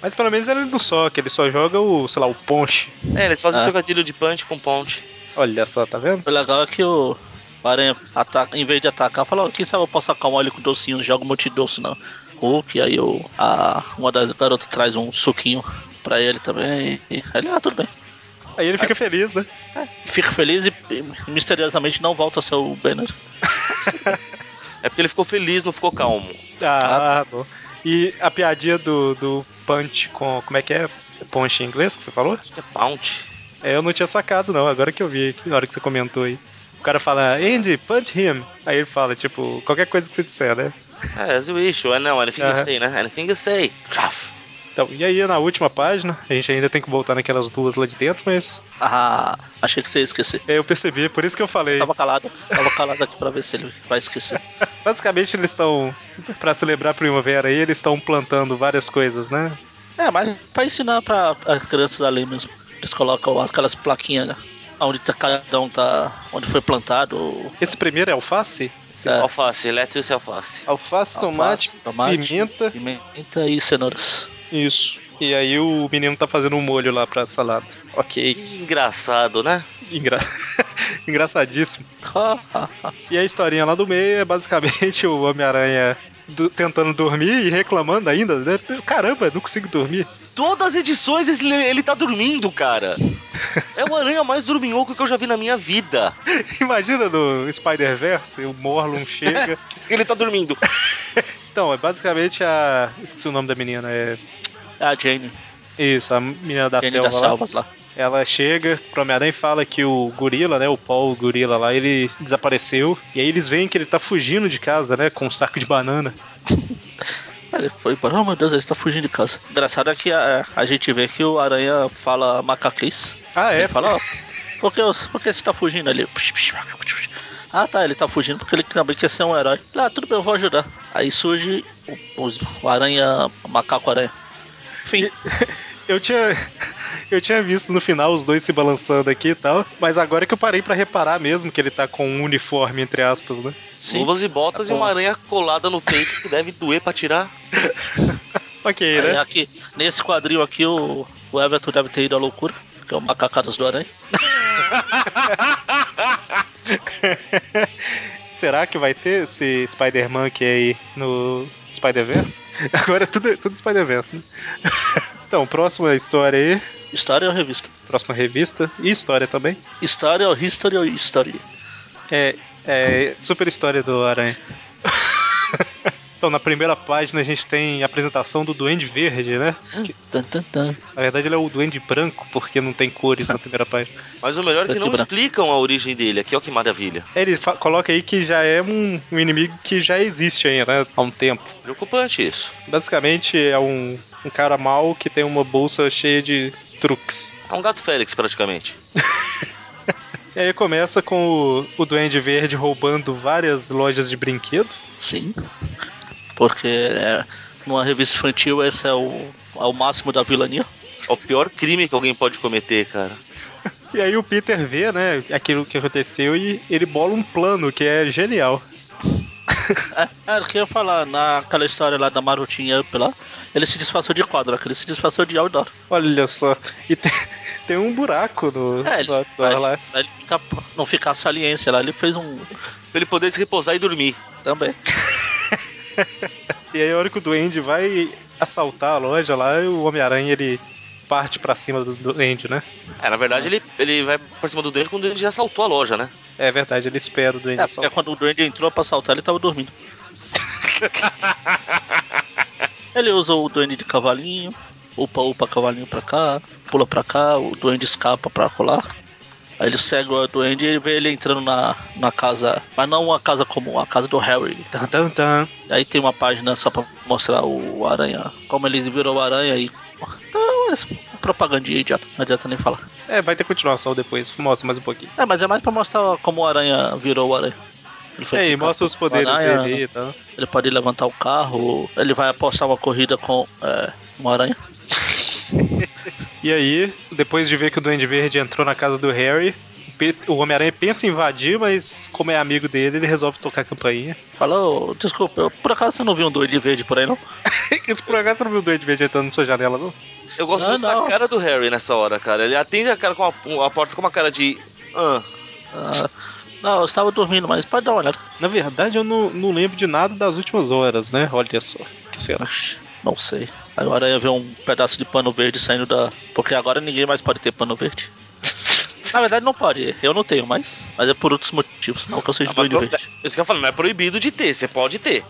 [SPEAKER 1] Mas pelo menos ele não soca, ele só joga o, sei lá, o ponche.
[SPEAKER 4] É, eles fazem
[SPEAKER 3] Ah.
[SPEAKER 4] um trocadilho de punch com ponte.
[SPEAKER 1] Olha só, tá vendo?
[SPEAKER 3] O legal é que o o Aranha, ataca, em vez de atacar, fala: "Ó, quem sabe eu posso sacar um óleo com docinho, não joga um monte de doce, não. Hulk, aí o, a, uma das garotas traz um suquinho pra ele também. E ele, ah, tudo bem.
[SPEAKER 1] Aí ele fica feliz, né?
[SPEAKER 3] Fica feliz e, e misteriosamente não volta a ser o Banner.
[SPEAKER 4] É porque ele ficou feliz, não ficou calmo.
[SPEAKER 1] Ah, bom. E a piadinha do, do punch com. Como é que é? Punch em inglês que você falou?
[SPEAKER 4] Acho que é Pound.
[SPEAKER 1] É, eu não tinha sacado, não. Agora que eu vi aqui, na hora que você comentou aí. O cara fala, Andy, punch him. Aí ele fala, tipo, qualquer coisa que você disser, né?
[SPEAKER 4] É, as you wish. É, não, anything you
[SPEAKER 1] Aham.
[SPEAKER 4] say, né? Anything you say. Traf.
[SPEAKER 1] Então, e aí na última página, a gente ainda tem que voltar naquelas duas lá de dentro, mas
[SPEAKER 3] Ah, achei que você ia esquecer.
[SPEAKER 1] é, eu percebi, por isso que eu falei.
[SPEAKER 3] Tava calado, tava calado aqui pra ver se ele vai esquecer.
[SPEAKER 1] Basicamente eles estão, pra celebrar a primavera aí, eles estão plantando várias coisas, né?
[SPEAKER 3] É, mas pra ensinar pra as crianças ali mesmo. Eles colocam aquelas plaquinhas, né? Onde tá- cada um tá. Onde foi plantado. ou-
[SPEAKER 1] Esse primeiro é alface? Esse
[SPEAKER 3] É.
[SPEAKER 4] Alface, let you say alface.
[SPEAKER 1] Alface, tomate,
[SPEAKER 3] Alface, tomate,
[SPEAKER 1] pimenta.
[SPEAKER 3] pimenta e cenouras.
[SPEAKER 1] Isso. E aí o menino tá fazendo um molho lá pra salada. Ok.
[SPEAKER 4] Que engraçado, né?
[SPEAKER 1] Engra... Engraçadíssimo.
[SPEAKER 3] Ah, ah, ah.
[SPEAKER 1] E a historinha lá do meio é basicamente o Homem-Aranha do- tentando dormir e reclamando ainda, né? Caramba, eu não consigo dormir.
[SPEAKER 4] Todas as edições ele, ele tá dormindo, cara. É o aranha mais dorminhoco que eu já vi na minha vida.
[SPEAKER 1] Imagina no Spider-Verse, o Morlun chega.
[SPEAKER 4] Ele tá dormindo.
[SPEAKER 1] Então, é basicamente a. Esqueci o nome da menina, é.
[SPEAKER 3] É a Jane,
[SPEAKER 1] Isso, a menina da
[SPEAKER 3] Jane
[SPEAKER 1] selva
[SPEAKER 3] das
[SPEAKER 1] lá.
[SPEAKER 3] Selvas lá.
[SPEAKER 1] Ela chega pro Homem-Aranha e fala que o gorila, né, o Paul gorila lá, ele desapareceu. E aí eles veem que ele tá fugindo de casa, né, com um saco de banana.
[SPEAKER 3] Aí Ele foi embora, oh meu Deus, ele tá fugindo de casa. Engraçado é que a, a gente vê que o aranha fala macaquês.
[SPEAKER 1] Ah,
[SPEAKER 3] ele
[SPEAKER 1] é?
[SPEAKER 3] fala, ó, por, que, os- por que você tá fugindo ali? Ah tá, ele tá fugindo porque ele também quer ser um herói. Ah, tudo bem, eu vou ajudar. Aí surge o, o- o aranha, o macaco aranha. Fim.
[SPEAKER 1] Eu tinha, eu tinha visto no final os dois se balançando aqui e tal, mas agora é que eu parei pra reparar mesmo que ele tá com um uniforme, entre aspas, né?
[SPEAKER 3] Sim.
[SPEAKER 4] Luvas e botas
[SPEAKER 3] Tá
[SPEAKER 4] e
[SPEAKER 3] bom.
[SPEAKER 4] uma aranha colada no peito que deve doer pra tirar.
[SPEAKER 1] Ok,
[SPEAKER 3] Aí
[SPEAKER 1] né?
[SPEAKER 3] aqui, nesse quadril aqui, o, o Everton deve ter ido à loucura, que é o Macacadas do Aranha.
[SPEAKER 1] Será que vai ter esse Spider-Man que é aí no Spider-Verse? Agora é tudo, tudo Spider-Verse, né? então, próxima história aí,
[SPEAKER 3] História ou revista?
[SPEAKER 1] próxima revista e história também.
[SPEAKER 3] História ou history ou history?
[SPEAKER 1] É, é super história do Aranha. Então, na primeira página a gente tem a apresentação do Duende Verde, né?
[SPEAKER 3] Tan, tan, tan.
[SPEAKER 1] Na verdade ele é o Duende Branco, porque não tem cores na primeira página.
[SPEAKER 4] Mas o melhor é que
[SPEAKER 3] Preto e
[SPEAKER 4] não
[SPEAKER 3] branco.
[SPEAKER 4] explicam a origem dele, aqui ó que maravilha.
[SPEAKER 1] É, Ele fa- coloca aí que já é um, um inimigo que já existe aí, né? Há um tempo.
[SPEAKER 4] Preocupante isso.
[SPEAKER 1] Basicamente é um, um cara mau que tem uma bolsa cheia de truques.
[SPEAKER 4] É um gato Félix praticamente.
[SPEAKER 1] E aí começa com o, o Duende Verde roubando várias lojas de brinquedo.
[SPEAKER 3] Sim. Porque é, numa revista infantil esse é o, é o máximo da vilania.
[SPEAKER 4] É o pior crime que alguém pode cometer, cara.
[SPEAKER 1] E aí o Peter vê, né, aquilo que aconteceu e ele bola um plano que é genial.
[SPEAKER 3] É, era o que eu ia falar, naquela história lá da Marutinha Up lá, ele se disfarçou de quadro, aquele se disfarçou de outdoor.
[SPEAKER 1] Olha só. E tem, tem um buraco no,
[SPEAKER 3] É, ele-
[SPEAKER 1] no outdoor lá.
[SPEAKER 3] Pra ele ficar, não ficar saliência lá, ele fez um
[SPEAKER 4] Pra ele poder se repousar e dormir.
[SPEAKER 3] também.
[SPEAKER 1] E aí a hora que o Duende vai assaltar a loja lá, e o Homem-Aranha ele parte pra cima do Duende, né?
[SPEAKER 4] É, na verdade ele, ele vai pra cima do Duende quando ele já assaltou a loja, né?
[SPEAKER 1] É verdade, ele espera o Duende
[SPEAKER 3] É, porque
[SPEAKER 1] assaltar.
[SPEAKER 3] quando o Duende entrou pra saltar, ele tava dormindo. ele usou o Duende de cavalinho, upa upa cavalinho pra cá, pula pra cá, o Duende escapa pra colar. Aí ele segue o Duende e ele vê ele entrando na, na casa, mas não uma casa comum, a casa do Harry.
[SPEAKER 1] Tan, tan, tan.
[SPEAKER 3] Aí tem uma página só pra mostrar o Aranha, como ele virou o Aranha e... Não, essa propagandinha idiota, não adianta nem falar.
[SPEAKER 1] É, vai ter continuação depois, mostra mais um pouquinho.
[SPEAKER 3] É, mas é mais pra mostrar como o Aranha virou o Aranha. Ele foi
[SPEAKER 1] É, e
[SPEAKER 3] picado
[SPEAKER 1] mostra os poderes
[SPEAKER 3] Aranha.
[SPEAKER 1] dele e tal.
[SPEAKER 3] Ele pode levantar o carro, ele vai apostar uma corrida com é, uma aranha.
[SPEAKER 1] E aí, depois de ver que o Duende Verde entrou na casa do Harry, o Pe- o Homem-Aranha pensa em invadir, mas como é amigo dele, ele resolve tocar a campainha.
[SPEAKER 3] Falou, desculpa, eu, por acaso você não viu um doido de verde por aí não?
[SPEAKER 1] Eles por acaso você não viu o Duende Verde entrando na sua janela, não?
[SPEAKER 4] Eu gosto
[SPEAKER 3] Não,
[SPEAKER 4] muito
[SPEAKER 3] Ah, não.
[SPEAKER 4] da cara do Harry nessa hora, cara. Ele atende a cara com a, a porta com uma cara de. "Ah".
[SPEAKER 3] Ah, não, eu estava dormindo, mas pode dar uma olhada.
[SPEAKER 1] Na verdade, eu não, não lembro de nada das últimas horas, né? Olha só. Que será?
[SPEAKER 3] Oxi, Não sei. Aí o aranha vê um pedaço de pano verde saindo da. Porque agora ninguém mais pode ter pano verde. Na verdade não pode, eu não tenho mais. Mas é por outros motivos, não que eu seja
[SPEAKER 4] Ah, mas
[SPEAKER 3] doido
[SPEAKER 4] pro-
[SPEAKER 3] verde.
[SPEAKER 4] Isso que eu falo, não é proibido de ter, você pode ter.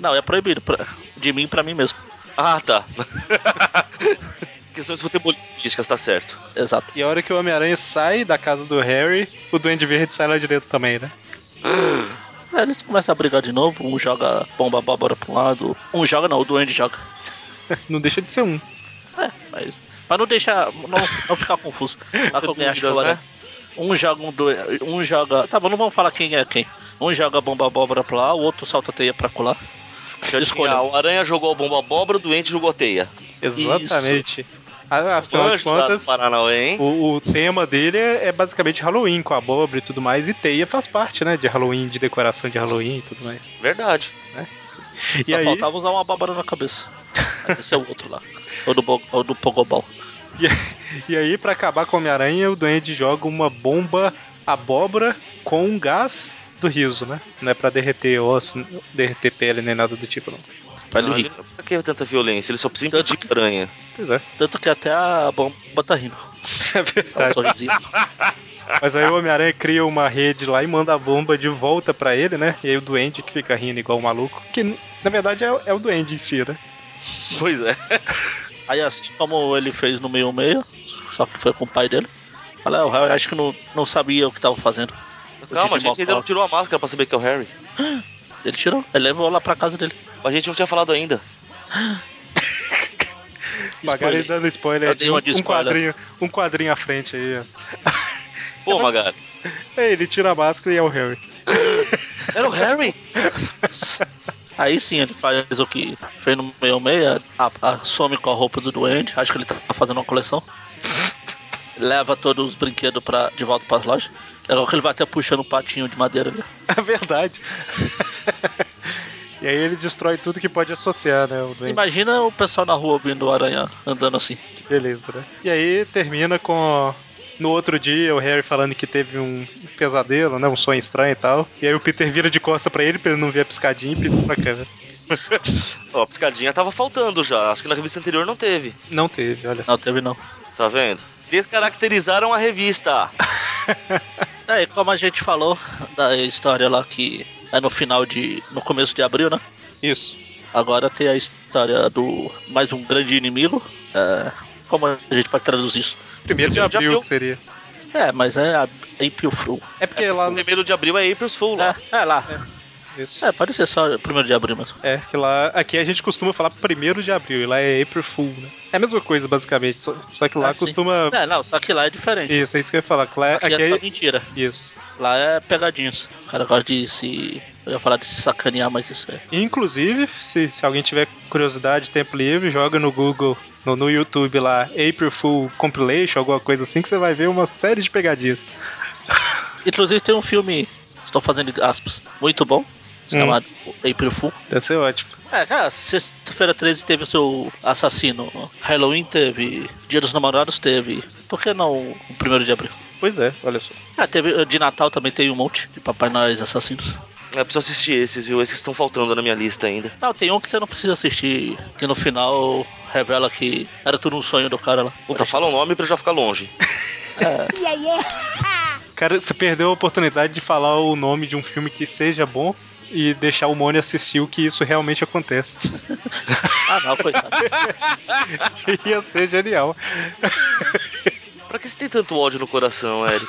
[SPEAKER 3] Não, é proibido. pra- De mim pra mim mesmo.
[SPEAKER 4] Ah, tá. Questões futebolísticas, tá certo.
[SPEAKER 3] Exato.
[SPEAKER 1] E a hora que o Homem-Aranha sai da casa do Harry, o Duende Verde sai lá direito também, né?
[SPEAKER 3] Aí eles começam a brigar de novo, um joga bomba bárbara pra um lado. Um joga não, o duende joga.
[SPEAKER 1] Não deixa de ser um.
[SPEAKER 3] É, mas. Pra não deixar. Não, não ficar confuso. Lá que alguém acha que
[SPEAKER 4] Dúvidas,
[SPEAKER 3] agora. Um joga um do, Um joga. Tá bom, não vamos falar quem é quem. Um joga bomba abóbora pra lá, o outro salta a teia pra colar.
[SPEAKER 4] Já
[SPEAKER 3] Escolha.
[SPEAKER 4] tinha, o Aranha jogou a bomba abóbora, o doente jogou a teia.
[SPEAKER 1] Exatamente. A-
[SPEAKER 4] O
[SPEAKER 1] Afinal de
[SPEAKER 4] anjo da- do
[SPEAKER 1] contas,
[SPEAKER 4] Paranauê, hein?
[SPEAKER 1] o, o tema dele é, é basicamente Halloween, com abóbora e tudo mais, e teia faz parte, né? De Halloween, de decoração de Halloween e tudo mais.
[SPEAKER 4] Verdade.
[SPEAKER 1] E
[SPEAKER 3] Só
[SPEAKER 1] aí,
[SPEAKER 3] faltava usar uma abóbora na cabeça. Mas Esse é o outro lá. Ou do, bo- ou do Pogobol.
[SPEAKER 1] e aí, pra acabar com o Homem-Aranha, o Duende joga uma bomba abóbora com um gás do riso, né? Não é pra derreter osso, derreter pele, nem nada do tipo, não.
[SPEAKER 3] Pra ele
[SPEAKER 4] Não, ele
[SPEAKER 3] rir.
[SPEAKER 4] não- Pra que tanta violência? Ele só precisa impedir a aranha.
[SPEAKER 1] Pois é,
[SPEAKER 3] Tanto que até a bomba tá rindo.
[SPEAKER 1] é
[SPEAKER 3] É um
[SPEAKER 1] verdade.
[SPEAKER 3] sorrisinho.
[SPEAKER 1] Mas aí o Homem-Aranha cria uma rede lá e manda a bomba de volta pra ele, né? E aí o Duende que fica rindo igual um maluco. Que na verdade é, é o Duende em si, né?
[SPEAKER 4] Pois é.
[SPEAKER 3] Aí assim como ele fez no meio meio, só que foi com o pai dele. Olha, o Harry acho que não, não sabia o que tava fazendo.
[SPEAKER 4] Calma, a
[SPEAKER 3] Didi
[SPEAKER 4] gente ainda
[SPEAKER 3] Mocó.
[SPEAKER 4] não tirou a máscara pra saber que é o Harry.
[SPEAKER 3] Ele tirou, ele levou lá pra casa dele.
[SPEAKER 4] A gente não tinha falado ainda.
[SPEAKER 1] Magari
[SPEAKER 3] Spoiler.
[SPEAKER 1] dando spoiler
[SPEAKER 3] Eu
[SPEAKER 1] de
[SPEAKER 3] dei
[SPEAKER 1] um,
[SPEAKER 3] uma de
[SPEAKER 1] um
[SPEAKER 3] spoiler.
[SPEAKER 1] quadrinho, um quadrinho à frente aí. ó.
[SPEAKER 4] Pô, Magari.
[SPEAKER 1] Aí ele tira a máscara e é o Harry.
[SPEAKER 4] Era o Harry?
[SPEAKER 3] Aí sim ele faz o que fez no meio meia, a, a- some com a roupa do doente, acho que ele tá fazendo uma coleção. Leva todos os brinquedos pra, de volta pras lojas. Legal que ele vai até puxando um patinho de madeira ali.
[SPEAKER 1] É verdade. e aí ele destrói tudo que pode associar, né? O Duende.
[SPEAKER 3] Imagina o pessoal na rua vindo o aranha andando assim.
[SPEAKER 1] Que beleza, né? E aí termina com. No outro dia, o Harry falando que teve um pesadelo, né? Um sonho estranho e tal. E aí o Peter vira de costa pra ele, pra ele não ver a piscadinha e pisca pra câmera.
[SPEAKER 4] Ó, a piscadinha tava faltando já. Acho que na revista anterior não teve.
[SPEAKER 1] Não teve, olha só.
[SPEAKER 3] Não teve não.
[SPEAKER 4] Tá vendo? Descaracterizaram a revista.
[SPEAKER 3] É, e como a gente falou da história lá que é no final de. no começo de abril, né?
[SPEAKER 1] Isso.
[SPEAKER 3] Agora tem a história do mais um grande inimigo. É, como a gente pode traduzir isso?
[SPEAKER 1] Primeiro de
[SPEAKER 4] Primeiro de
[SPEAKER 1] abril
[SPEAKER 4] abril.
[SPEAKER 1] que seria.
[SPEAKER 3] É, mas é a April Fool.
[SPEAKER 1] É porque lá. no-
[SPEAKER 4] Primeiro de abril é April's Fool lá.
[SPEAKER 3] É, é lá.
[SPEAKER 1] Isso.
[SPEAKER 3] É, pode ser só primeiro de abril mesmo.
[SPEAKER 1] É, que lá. Aqui a gente costuma falar primeiro de abril, e lá é April Fool, né? É a mesma coisa, basicamente, só, só que lá
[SPEAKER 3] Ah, sim.
[SPEAKER 1] costuma.
[SPEAKER 3] É, não, só que lá é diferente.
[SPEAKER 1] Isso, é isso que eu ia falar. que lá-
[SPEAKER 3] Aqui,
[SPEAKER 1] aqui
[SPEAKER 3] é só
[SPEAKER 1] é...
[SPEAKER 3] mentira.
[SPEAKER 1] Isso.
[SPEAKER 3] Lá é pegadinhos. Os caras gostam de se. Eu ia falar de se sacanear, mas isso é.
[SPEAKER 1] Inclusive, se, se alguém tiver curiosidade, tempo livre, joga no Google, no, no YouTube lá, April Fool Compilation, alguma coisa assim, que você vai ver uma série de pegadinhas.
[SPEAKER 3] Inclusive tem um filme, estou fazendo aspas, muito bom, chamado April Fool.
[SPEAKER 1] Deve ser ótimo.
[SPEAKER 3] É, cara, sexta-feira 13 teve o seu assassino. Halloween teve, Dia dos Namorados teve. Por que não o primeiro de abril?
[SPEAKER 1] Pois é, olha só.
[SPEAKER 3] Ah, teve de Natal também tem um monte de Papai Noéis assassinos.
[SPEAKER 4] Eu preciso assistir esses, viu? Esses estão faltando na minha lista ainda.
[SPEAKER 3] Não, tem um que você não precisa assistir, que no final revela que era tudo um sonho do cara lá.
[SPEAKER 4] Puta, fala o nome pra eu já ficar longe.
[SPEAKER 1] Cara, você perdeu a oportunidade de falar o nome de um filme que seja bom e deixar o Mone assistir o que isso realmente acontece.
[SPEAKER 3] Ah, não, coitado.
[SPEAKER 1] Ia ser genial.
[SPEAKER 4] Pra que você tem tanto ódio no coração, Eric?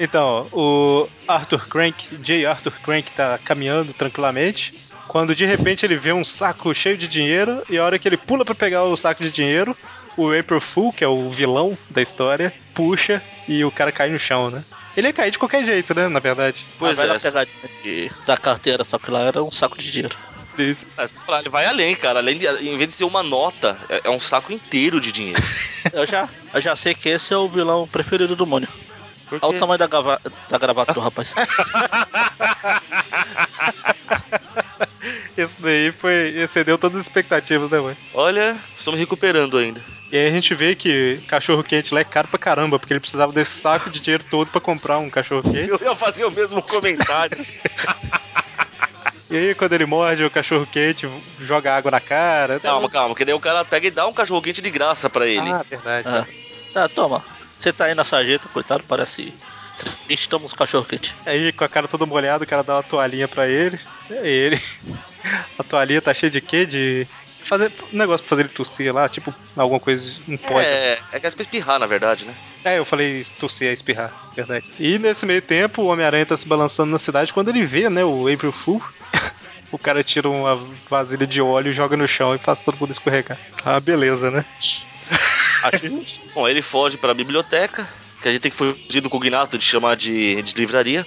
[SPEAKER 1] Então, o Arthur Crank, J. Arthur Crank, tá caminhando tranquilamente. Quando de repente ele vê um saco cheio de dinheiro, e a hora que ele pula pra pegar o saco de dinheiro, o April Fool, que é o vilão da história, puxa e o cara cai no chão, né? Ele ia cair de qualquer jeito, né? Na verdade.
[SPEAKER 4] Pois
[SPEAKER 3] a
[SPEAKER 4] é.
[SPEAKER 3] velha pegadinha de- da carteira, só que lá era um saco de dinheiro.
[SPEAKER 1] Isso.
[SPEAKER 4] Ah, Ele vai além, cara. Além de, em vez de ser uma nota, é- é um saco inteiro de dinheiro.
[SPEAKER 3] Eu já, eu já sei que esse é o vilão preferido do Mônio.
[SPEAKER 4] Por
[SPEAKER 3] Olha o
[SPEAKER 4] quê?
[SPEAKER 3] tamanho da, gava- da gravata do rapaz.
[SPEAKER 1] Esse daí foi. excedeu todas as expectativas, né, mãe?
[SPEAKER 4] Olha, estou me recuperando ainda.
[SPEAKER 1] E aí a gente vê que cachorro quente lá é caro pra caramba, porque ele precisava desse saco de dinheiro todo pra comprar um cachorro quente.
[SPEAKER 4] Eu ia fazer o mesmo comentário.
[SPEAKER 1] E aí quando ele morde o cachorro quente, joga água na cara.
[SPEAKER 4] calma, calma, que daí o cara pega e dá um cachorro quente de graça pra ele.
[SPEAKER 1] Ah, verdade.
[SPEAKER 3] Ah, Ah, toma. Você tá aí na sarjeta, coitado, parece. Estamos cachorro quente.
[SPEAKER 1] Aí com a cara toda molhada, o cara dá uma toalhinha pra ele. É ele. A toalhinha tá cheia de quê? De. Fazer um negócio pra fazer ele tossir lá, tipo alguma coisa, um pó de
[SPEAKER 4] é, é que é pra espirrar, na verdade, né?
[SPEAKER 1] É, eu falei tossir, é espirrar, verdade. E nesse meio tempo, o Homem-Aranha tá se balançando na cidade quando ele vê, né, o April Fool. o cara tira uma vasilha de óleo, joga no chão e faz todo mundo escorregar. Ah, beleza, né?
[SPEAKER 3] Acho justo.
[SPEAKER 4] Bom, aí ele foge pra biblioteca, que a gente tem que fugir do cognato de chamar de, de livraria.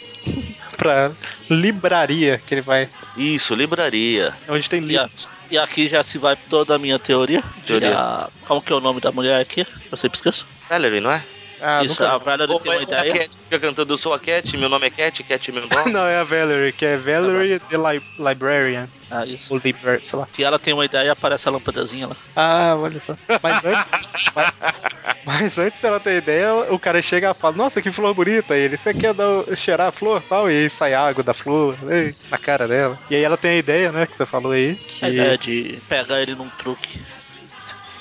[SPEAKER 1] Pra libraria que ele vai.
[SPEAKER 4] Isso, livraria.
[SPEAKER 1] é Onde tem
[SPEAKER 3] E, a-
[SPEAKER 1] livro.
[SPEAKER 3] e aqui já se vai toda a minha teoria.
[SPEAKER 4] Teoria.
[SPEAKER 3] Que a- como que é o nome da mulher aqui? Eu sempre esqueço.
[SPEAKER 4] Valerie, não é?
[SPEAKER 1] Ah,
[SPEAKER 3] Isso,
[SPEAKER 1] nunca-
[SPEAKER 3] a Valerie
[SPEAKER 4] Ou
[SPEAKER 3] tem uma
[SPEAKER 4] é- a
[SPEAKER 3] ideia.
[SPEAKER 4] Cat fica cantando Eu sou a Cat, meu nome é Cat, Cat meu nome.
[SPEAKER 1] Não, é a Valerie, que é Valerie the Li- Librarian.
[SPEAKER 3] Ah, isso.
[SPEAKER 1] Ou Libra, sei lá.
[SPEAKER 3] Que ela tem uma ideia e aparece a lâmpadazinha lá.
[SPEAKER 1] Ah, olha só. Mas antes, mas, mas antes dela ter ideia, o cara chega e fala: Nossa, que flor bonita! E ele, você quer dar, cheirar a flor tal? E aí sai água da flor né, na cara dela. E aí ela tem a ideia, né, que você falou aí, né? que é,
[SPEAKER 3] A ideia é de pegar ele num truque.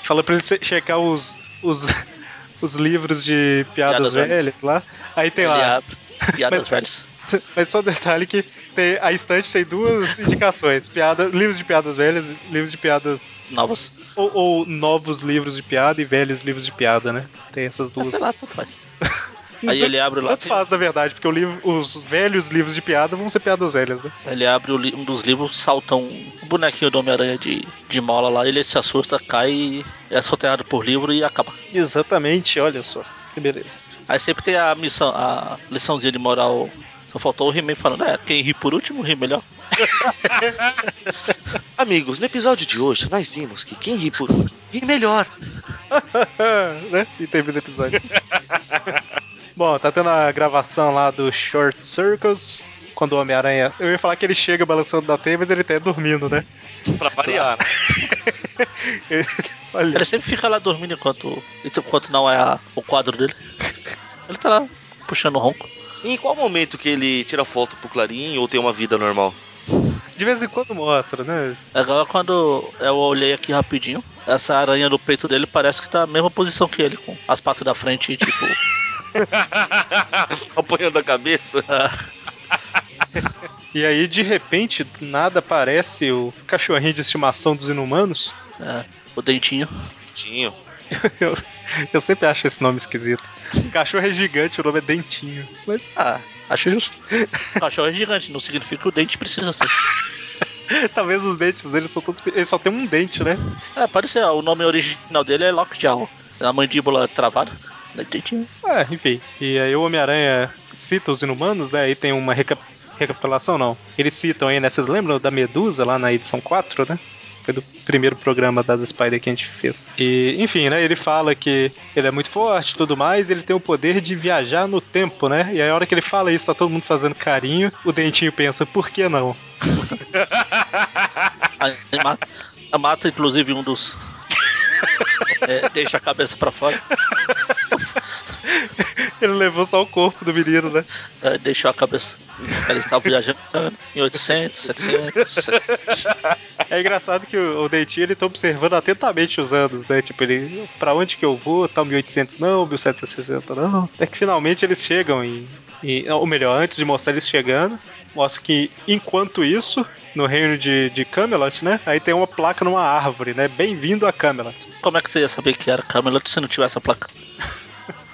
[SPEAKER 1] fala pra ele che- checar os, os, os livros de piadas,
[SPEAKER 3] Piadas
[SPEAKER 1] velhas
[SPEAKER 3] velhas.
[SPEAKER 1] lá. Aí tem
[SPEAKER 3] Ele
[SPEAKER 1] lá.
[SPEAKER 3] abre. Piadas
[SPEAKER 1] Mas-
[SPEAKER 3] velhas.
[SPEAKER 1] Mas só um detalhe que tem, a estante tem duas indicações: piada, livros de piadas velhas, e livros de piadas.
[SPEAKER 3] Novas.
[SPEAKER 1] Ou, ou novos livros de piada e velhos livros de piada, né? Tem essas
[SPEAKER 3] Ah,
[SPEAKER 1] duas.
[SPEAKER 3] sei lá, tanto faz.
[SPEAKER 1] Não
[SPEAKER 3] Aí
[SPEAKER 1] tem-
[SPEAKER 3] ele abre lá.
[SPEAKER 1] Tanto faz, na verdade, porque o livro- os velhos livros de piada vão ser piadas velhas, né?
[SPEAKER 3] Ele abre o li- um dos livros, salta um bonequinho do Homem-Aranha de, de mola lá, ele se assusta, cai e é soterrado por livro e acaba.
[SPEAKER 1] Exatamente, olha só. Que beleza.
[SPEAKER 3] Aí sempre tem a missão, a liçãozinha de moral. Só faltou o He-Man falando, é, quem ri por último ri melhor.
[SPEAKER 4] Amigos, no episódio de hoje nós vimos que quem ri por último ri melhor.
[SPEAKER 1] né? E termina o episódio. Bom, tá tendo a gravação lá do Short Circus. Quando o Homem-Aranha. Eu ia falar que ele chega balançando na teia, mas ele tá dormindo, né?
[SPEAKER 4] Pra variar, né?
[SPEAKER 1] Olha,
[SPEAKER 3] Ele sempre fica lá dormindo enquanto, enquanto não é a- o quadro dele. Ele tá lá puxando o ronco.
[SPEAKER 4] E em qual momento que ele tira foto pro Clarim ou tem uma vida normal?
[SPEAKER 1] de vez em quando mostra, né?
[SPEAKER 3] Agora quando eu olhei aqui rapidinho, essa aranha no peito dele parece que tá na mesma posição que ele, com as patas da frente, tipo.
[SPEAKER 4] Apanhando a cabeça?
[SPEAKER 3] ah,
[SPEAKER 1] E aí, de repente, do nada aparece o cachorrinho de estimação dos inumanos.
[SPEAKER 3] É, o dentinho.
[SPEAKER 4] Tinho.
[SPEAKER 1] Eu, eu sempre acho esse nome esquisito. Cachorro é gigante, o nome é Dentinho. Mas
[SPEAKER 3] Ah, acho justo. Cachorro é gigante, não significa que o dente precisa ser.
[SPEAKER 1] talvez os dentes dele são todos. pe- Ele só tem um dente, né?
[SPEAKER 3] É, pode ser, o nome original dele é Lockjaw. A mandíbula travada. né, dentinho.
[SPEAKER 1] Ah, enfim. E aí o Homem-Aranha cita os inumanos, né? Aí tem uma reca- recapitulação, não. Eles citam aí, né? Vocês lembram da Medusa lá na edição 4, né? Foi do primeiro programa das Spider que a gente fez. E, enfim, né? Ele fala que ele é muito forte e tudo mais, ele tem o poder de viajar no tempo, né? E aí a hora que ele fala isso, tá todo mundo fazendo carinho, o dentinho pensa, por que não?
[SPEAKER 3] Aí mata, mata, inclusive, um dos. É, deixa a cabeça pra fora.
[SPEAKER 1] Ele levou só o corpo do menino, né?
[SPEAKER 3] É, deixou a cabeça. Ele estava viajando em 800, 700. 700.
[SPEAKER 1] É engraçado que o, o Dentinho ele tá observando atentamente os anos, né? Tipo, ele, pra onde que eu vou? Tá 1800 não, 1760 não. Até que finalmente eles chegam em, em- ou melhor, antes de mostrar eles chegando, mostra que enquanto isso, no reino de, de Camelot, né? Aí tem uma placa numa árvore, né? Bem-vindo a Camelot.
[SPEAKER 3] Como é que você ia saber que era Camelot se não tivesse a placa?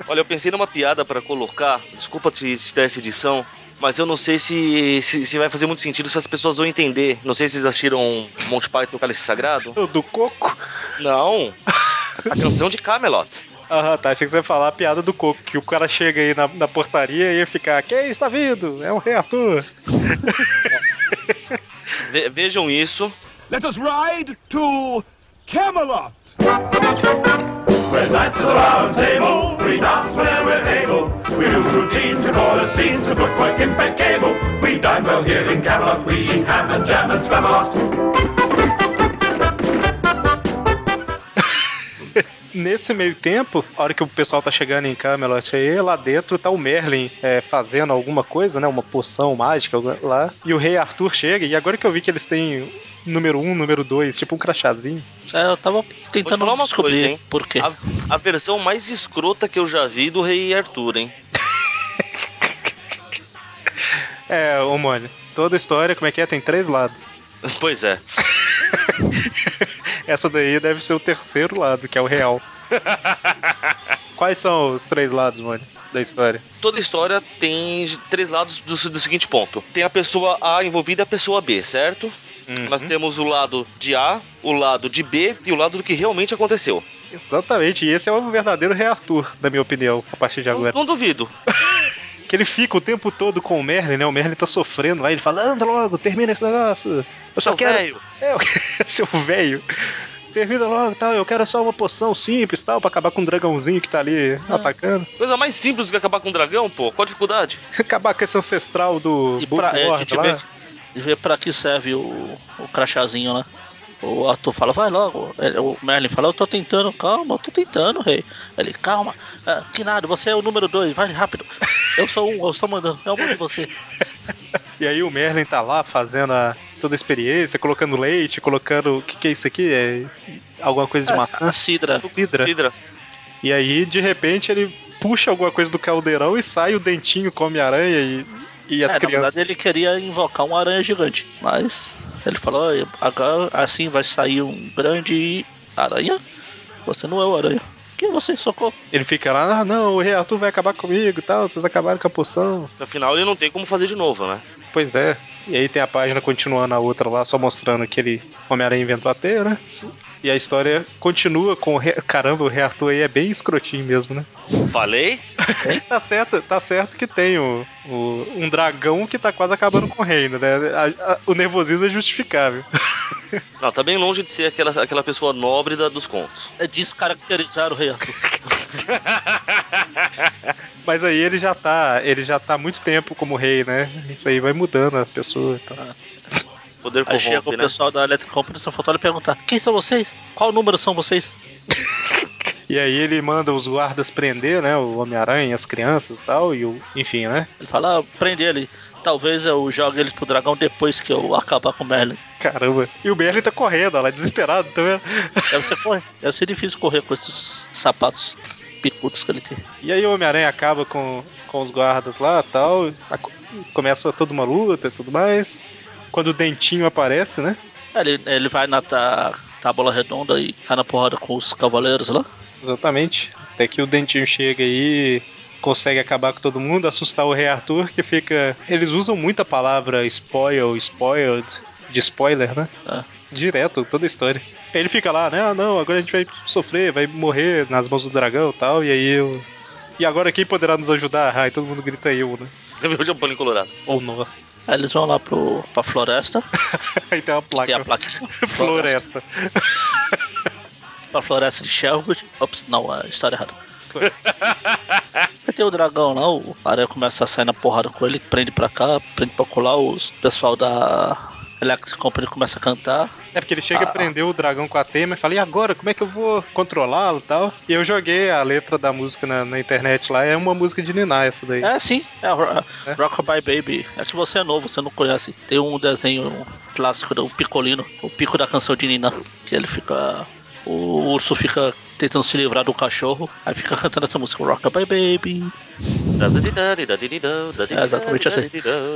[SPEAKER 4] Olha, eu pensei numa piada pra colocar. Desculpa te, te dar essa edição. Mas eu não sei se, se, se vai fazer muito sentido se as pessoas vão entender. Não sei se vocês assistiram um Monty Python e o Cálice Sagrado.
[SPEAKER 1] O Do coco?
[SPEAKER 4] Não. A canção de Camelot.
[SPEAKER 1] Aham, tá. Achei que você ia falar a piada do coco, que o cara chega aí na, na portaria e ia ficar, quem está vindo? É um rei Arthur.
[SPEAKER 4] Ve- vejam isso.
[SPEAKER 5] Let us ride to Camelot.
[SPEAKER 2] We're knights of the round table, we dance whenever we're able. We do routines, we call the scenes, we footwork impeccable. We dine well here in Camelot, we eat ham and jam and spam a lot.
[SPEAKER 1] Nesse meio tempo, a hora que o pessoal tá chegando em Camelot aí, lá dentro tá o Merlin é, fazendo alguma coisa, né? Uma poção mágica alguma- lá. E o rei Arthur chega, e agora que eu vi que eles têm número um, número dois, tipo um crachazinho.
[SPEAKER 3] É, eu tava
[SPEAKER 4] Vou te
[SPEAKER 3] tentando
[SPEAKER 4] falar uma
[SPEAKER 3] descobrir
[SPEAKER 4] coisa, hein?
[SPEAKER 3] por quê.
[SPEAKER 4] A, a versão mais escrota que eu já vi do Rei Arthur, hein?
[SPEAKER 1] É, ô Mônio, toda história, como é que é? Tem três lados.
[SPEAKER 4] Pois é.
[SPEAKER 1] Essa daí deve ser o terceiro lado, que é o real. Quais são os três lados, Mônio, da história?
[SPEAKER 4] Toda história tem três lados do, do seguinte ponto: tem a pessoa A envolvida e a pessoa B, certo? Nós
[SPEAKER 1] Uhum.
[SPEAKER 4] temos o lado de A, o lado de B e o lado do que realmente aconteceu.
[SPEAKER 1] Exatamente, e esse é o verdadeiro rei Arthur, na minha opinião, a partir de
[SPEAKER 4] Não,
[SPEAKER 1] agora.
[SPEAKER 4] não duvido.
[SPEAKER 1] Que ele fica o tempo todo com o Merlin, né? O Merlin tá sofrendo lá, ele fala, anda logo, termina esse negócio. Eu só
[SPEAKER 4] Seu
[SPEAKER 1] quero.
[SPEAKER 4] velho,
[SPEAKER 1] É, eu- seu velho. Termina logo tal, eu quero só uma poção simples tal, pra acabar com o dragãozinho que tá ali
[SPEAKER 3] Ah.
[SPEAKER 1] atacando.
[SPEAKER 4] Coisa mais simples do que acabar com um dragão, pô. Qual a dificuldade?
[SPEAKER 1] Acabar com esse ancestral do
[SPEAKER 3] E pra, é, a
[SPEAKER 1] Bullford
[SPEAKER 3] gente
[SPEAKER 1] lá.
[SPEAKER 3] vê, vê pra que serve o, o crachazinho lá. O Arthur fala, vai logo. Ele- O Merlin fala, eu tô tentando, calma, eu tô tentando, rei. Ele, calma, ah, que nada, você é o número dois, vai rápido. Eu sou um, eu estou mandando, é um de você.
[SPEAKER 1] E aí o Merlin tá lá fazendo a- toda a experiência, colocando leite, colocando. O que, que é isso aqui? É alguma coisa de maçã?
[SPEAKER 3] A Sidra.
[SPEAKER 1] Sidra. E aí, de repente, ele puxa alguma coisa do caldeirão e sai o dentinho, come aranha e, e as
[SPEAKER 3] É, Na
[SPEAKER 1] crianças.
[SPEAKER 3] verdade, ele queria invocar uma aranha gigante, mas ele falou: "Olha, agora assim vai sair um grande aranha? Você não é o aranha. Quem é você? Socorro.
[SPEAKER 1] Ele fica lá, ah, não, o rei Arthur vai acabar comigo e tal, vocês acabaram com a poção.
[SPEAKER 4] Afinal, ele não tem como fazer de novo, né?
[SPEAKER 1] Pois é. E aí tem a página continuando a outra lá, só mostrando que ele Homem-Aranha inventou a teia, né? E a história continua com o rei... Caramba, o rei Arthur aí é bem escrotinho mesmo, né?
[SPEAKER 4] Falei?
[SPEAKER 1] Tá certo, tá certo que tem o, o- um dragão que tá quase acabando com o reino, né? A- a- o nervosismo é justificável.
[SPEAKER 4] Não, tá bem longe de ser aquela, aquela pessoa nobre da, dos contos.
[SPEAKER 3] É descaracterizar o rei Arthur.
[SPEAKER 1] Mas aí ele já tá. Ele já tá há muito tempo como rei, né? Isso aí vai mudando a pessoa e tal.
[SPEAKER 4] Poder
[SPEAKER 3] Aí chega
[SPEAKER 4] corrompe,
[SPEAKER 3] o
[SPEAKER 4] né?
[SPEAKER 3] pessoal da Electric Company São Fotório e perguntar: Quem são vocês? Qual número são vocês?
[SPEAKER 1] E aí ele manda os guardas prender, né? O Homem-Aranha, as crianças e tal, e o. Enfim, né?
[SPEAKER 3] Ele fala: ah, prende ele. Talvez eu jogue eles pro dragão depois que eu acabar com o Merlin.
[SPEAKER 1] Caramba. E o Merlin tá correndo, olha lá, desesperado, tá vendo?
[SPEAKER 3] Deve ser, correr. Deve ser difícil correr com esses sapatos. picudos que ele tem.
[SPEAKER 1] E aí o Homem-Aranha acaba com, com os guardas lá tal. a- começa toda uma luta e tudo mais. Quando o Dentinho aparece, né?
[SPEAKER 3] Ele, ele vai na tá, tábua redonda e sai na porrada com os cavaleiros lá.
[SPEAKER 1] Exatamente. Até que o Dentinho chega aí consegue acabar com todo mundo, assustar o Rei Arthur, que fica. Eles usam muita palavra spoil, spoiled, de spoiler, né?
[SPEAKER 3] Ah.
[SPEAKER 1] Direto, toda a história. Ele fica lá, né? Ah, não, agora a gente vai sofrer, vai morrer nas mãos do dragão e tal, e aí eu. E agora quem poderá nos ajudar? Aí todo mundo grita eu, né?
[SPEAKER 4] Eu o Japão em Colorado.
[SPEAKER 1] Ou nós.
[SPEAKER 3] Aí eles vão lá pro, pra floresta,
[SPEAKER 1] Aí tem uma placa.
[SPEAKER 3] tem a plaquinha.
[SPEAKER 1] Floresta.
[SPEAKER 3] Pra floresta de Sherwood. Ops, não, a história errada. Aí tem o dragão lá, o Aranha começa a sair na porrada com ele, prende pra cá, prende pra colar, os pessoal da Electric Company começa a cantar.
[SPEAKER 1] É porque ele chega a
[SPEAKER 3] Ah.
[SPEAKER 1] prender o dragão com a teima e fala, e agora, como é que eu vou controlá-lo e tal? E eu joguei a letra da música na, na internet lá, é uma música de Niná essa daí.
[SPEAKER 3] É sim, é, o Ro-
[SPEAKER 1] É?
[SPEAKER 3] Rockabye Baby. É que você é novo, você não conhece. Tem um desenho clássico do Picolino, o pico da canção de Nina, que ele fica. O urso fica tentando se livrar do cachorro, aí fica cantando essa música, Rockabye Baby.
[SPEAKER 4] É
[SPEAKER 3] exatamente assim.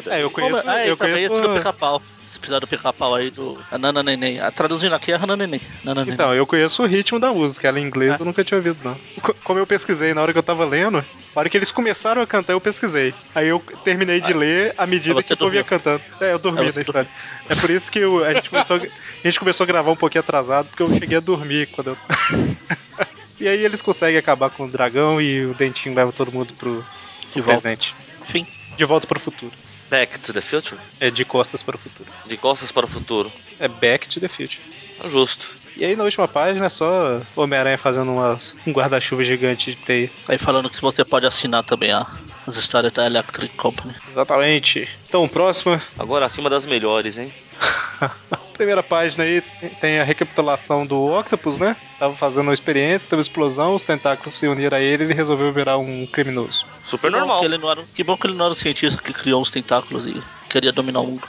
[SPEAKER 1] É, eu conheço,
[SPEAKER 3] Como- ah, e
[SPEAKER 1] eu
[SPEAKER 3] também
[SPEAKER 1] conheço
[SPEAKER 3] esse do pica-pau. Esse episódio do pica-pau aí do Nana Neném. Ah, Traduzindo aqui é Nana Neném. Nana Neném.
[SPEAKER 1] Então, eu conheço o ritmo da música, ela em inglês eu nunca tinha ouvido, não. Co- Como eu pesquisei na hora que eu tava lendo, na hora que eles começaram a cantar, eu pesquisei. Aí eu terminei de ler à medida que
[SPEAKER 3] Aí Ah, você
[SPEAKER 1] eu povo ia cantando. É, eu dormi
[SPEAKER 3] Aí
[SPEAKER 1] na
[SPEAKER 3] você
[SPEAKER 1] história. É por isso que eu- a, gente começou, a- a gente começou a gravar um pouquinho atrasado, porque eu cheguei a dormir quando eu. e aí eles conseguem acabar com o dragão e o dentinho leva todo mundo pro
[SPEAKER 3] de volta.
[SPEAKER 1] presente.
[SPEAKER 3] Fim.
[SPEAKER 1] De volta para o futuro.
[SPEAKER 4] Back to the Future?
[SPEAKER 1] É de costas para o futuro.
[SPEAKER 4] De costas para o futuro.
[SPEAKER 1] É back to the future.
[SPEAKER 4] É justo.
[SPEAKER 1] E aí na última página é só Homem-Aranha fazendo uma- um guarda-chuva gigante de teia.
[SPEAKER 3] Aí falando que você pode assinar também a- as histórias da Electric Company.
[SPEAKER 1] Exatamente. Então, próxima.
[SPEAKER 4] Agora acima das melhores, hein?
[SPEAKER 1] Primeira página aí tem a recapitulação do Octopus, né? Tava fazendo uma experiência, teve uma explosão, os tentáculos se uniram a ele e ele resolveu virar um criminoso.
[SPEAKER 4] Super
[SPEAKER 3] Que bom
[SPEAKER 4] normal.
[SPEAKER 3] que, ele não era, que bom que ele não era um cientista que criou os tentáculos e queria dominar o mundo.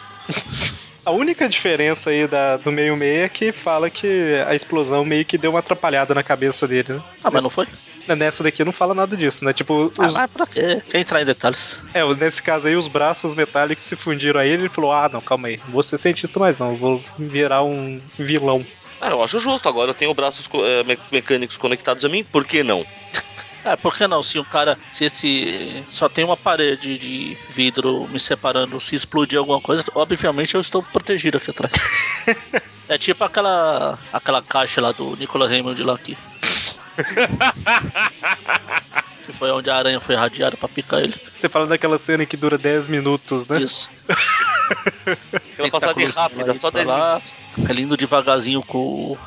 [SPEAKER 1] A única diferença aí da, do meio-meia é que fala que a explosão meio que deu uma atrapalhada na cabeça dele, né?
[SPEAKER 3] Ah, mas não foi?
[SPEAKER 1] Nessa daqui não fala nada disso, né? Tipo,
[SPEAKER 3] Ah,
[SPEAKER 1] os-
[SPEAKER 3] mas pra quê? Quer entrar em detalhes?
[SPEAKER 1] É, nesse caso aí, os braços metálicos se fundiram a ele e ele falou: Ah, não, calma aí, não vou ser cientista mais não, eu vou virar um vilão.
[SPEAKER 4] Ah, eu acho justo. Agora eu tenho braços co- eh, me- mecânicos conectados a mim, por que não?
[SPEAKER 3] É, por que não? Se um cara, se esse. Só tem uma parede de vidro me separando, se explodir alguma coisa, obviamente eu estou protegido aqui atrás. é tipo aquela. aquela caixa lá do Nicolas Raymond lá aqui. que foi onde a aranha foi irradiada pra picar ele.
[SPEAKER 1] Você fala daquela cena que dura 10 minutos, né?
[SPEAKER 3] Isso.
[SPEAKER 4] Aquela passagem
[SPEAKER 3] Tentáculos lá
[SPEAKER 4] rápida,
[SPEAKER 3] e
[SPEAKER 4] só
[SPEAKER 3] pra
[SPEAKER 4] 10
[SPEAKER 3] lá,
[SPEAKER 4] minutos.
[SPEAKER 3] Ele indo devagarzinho com o,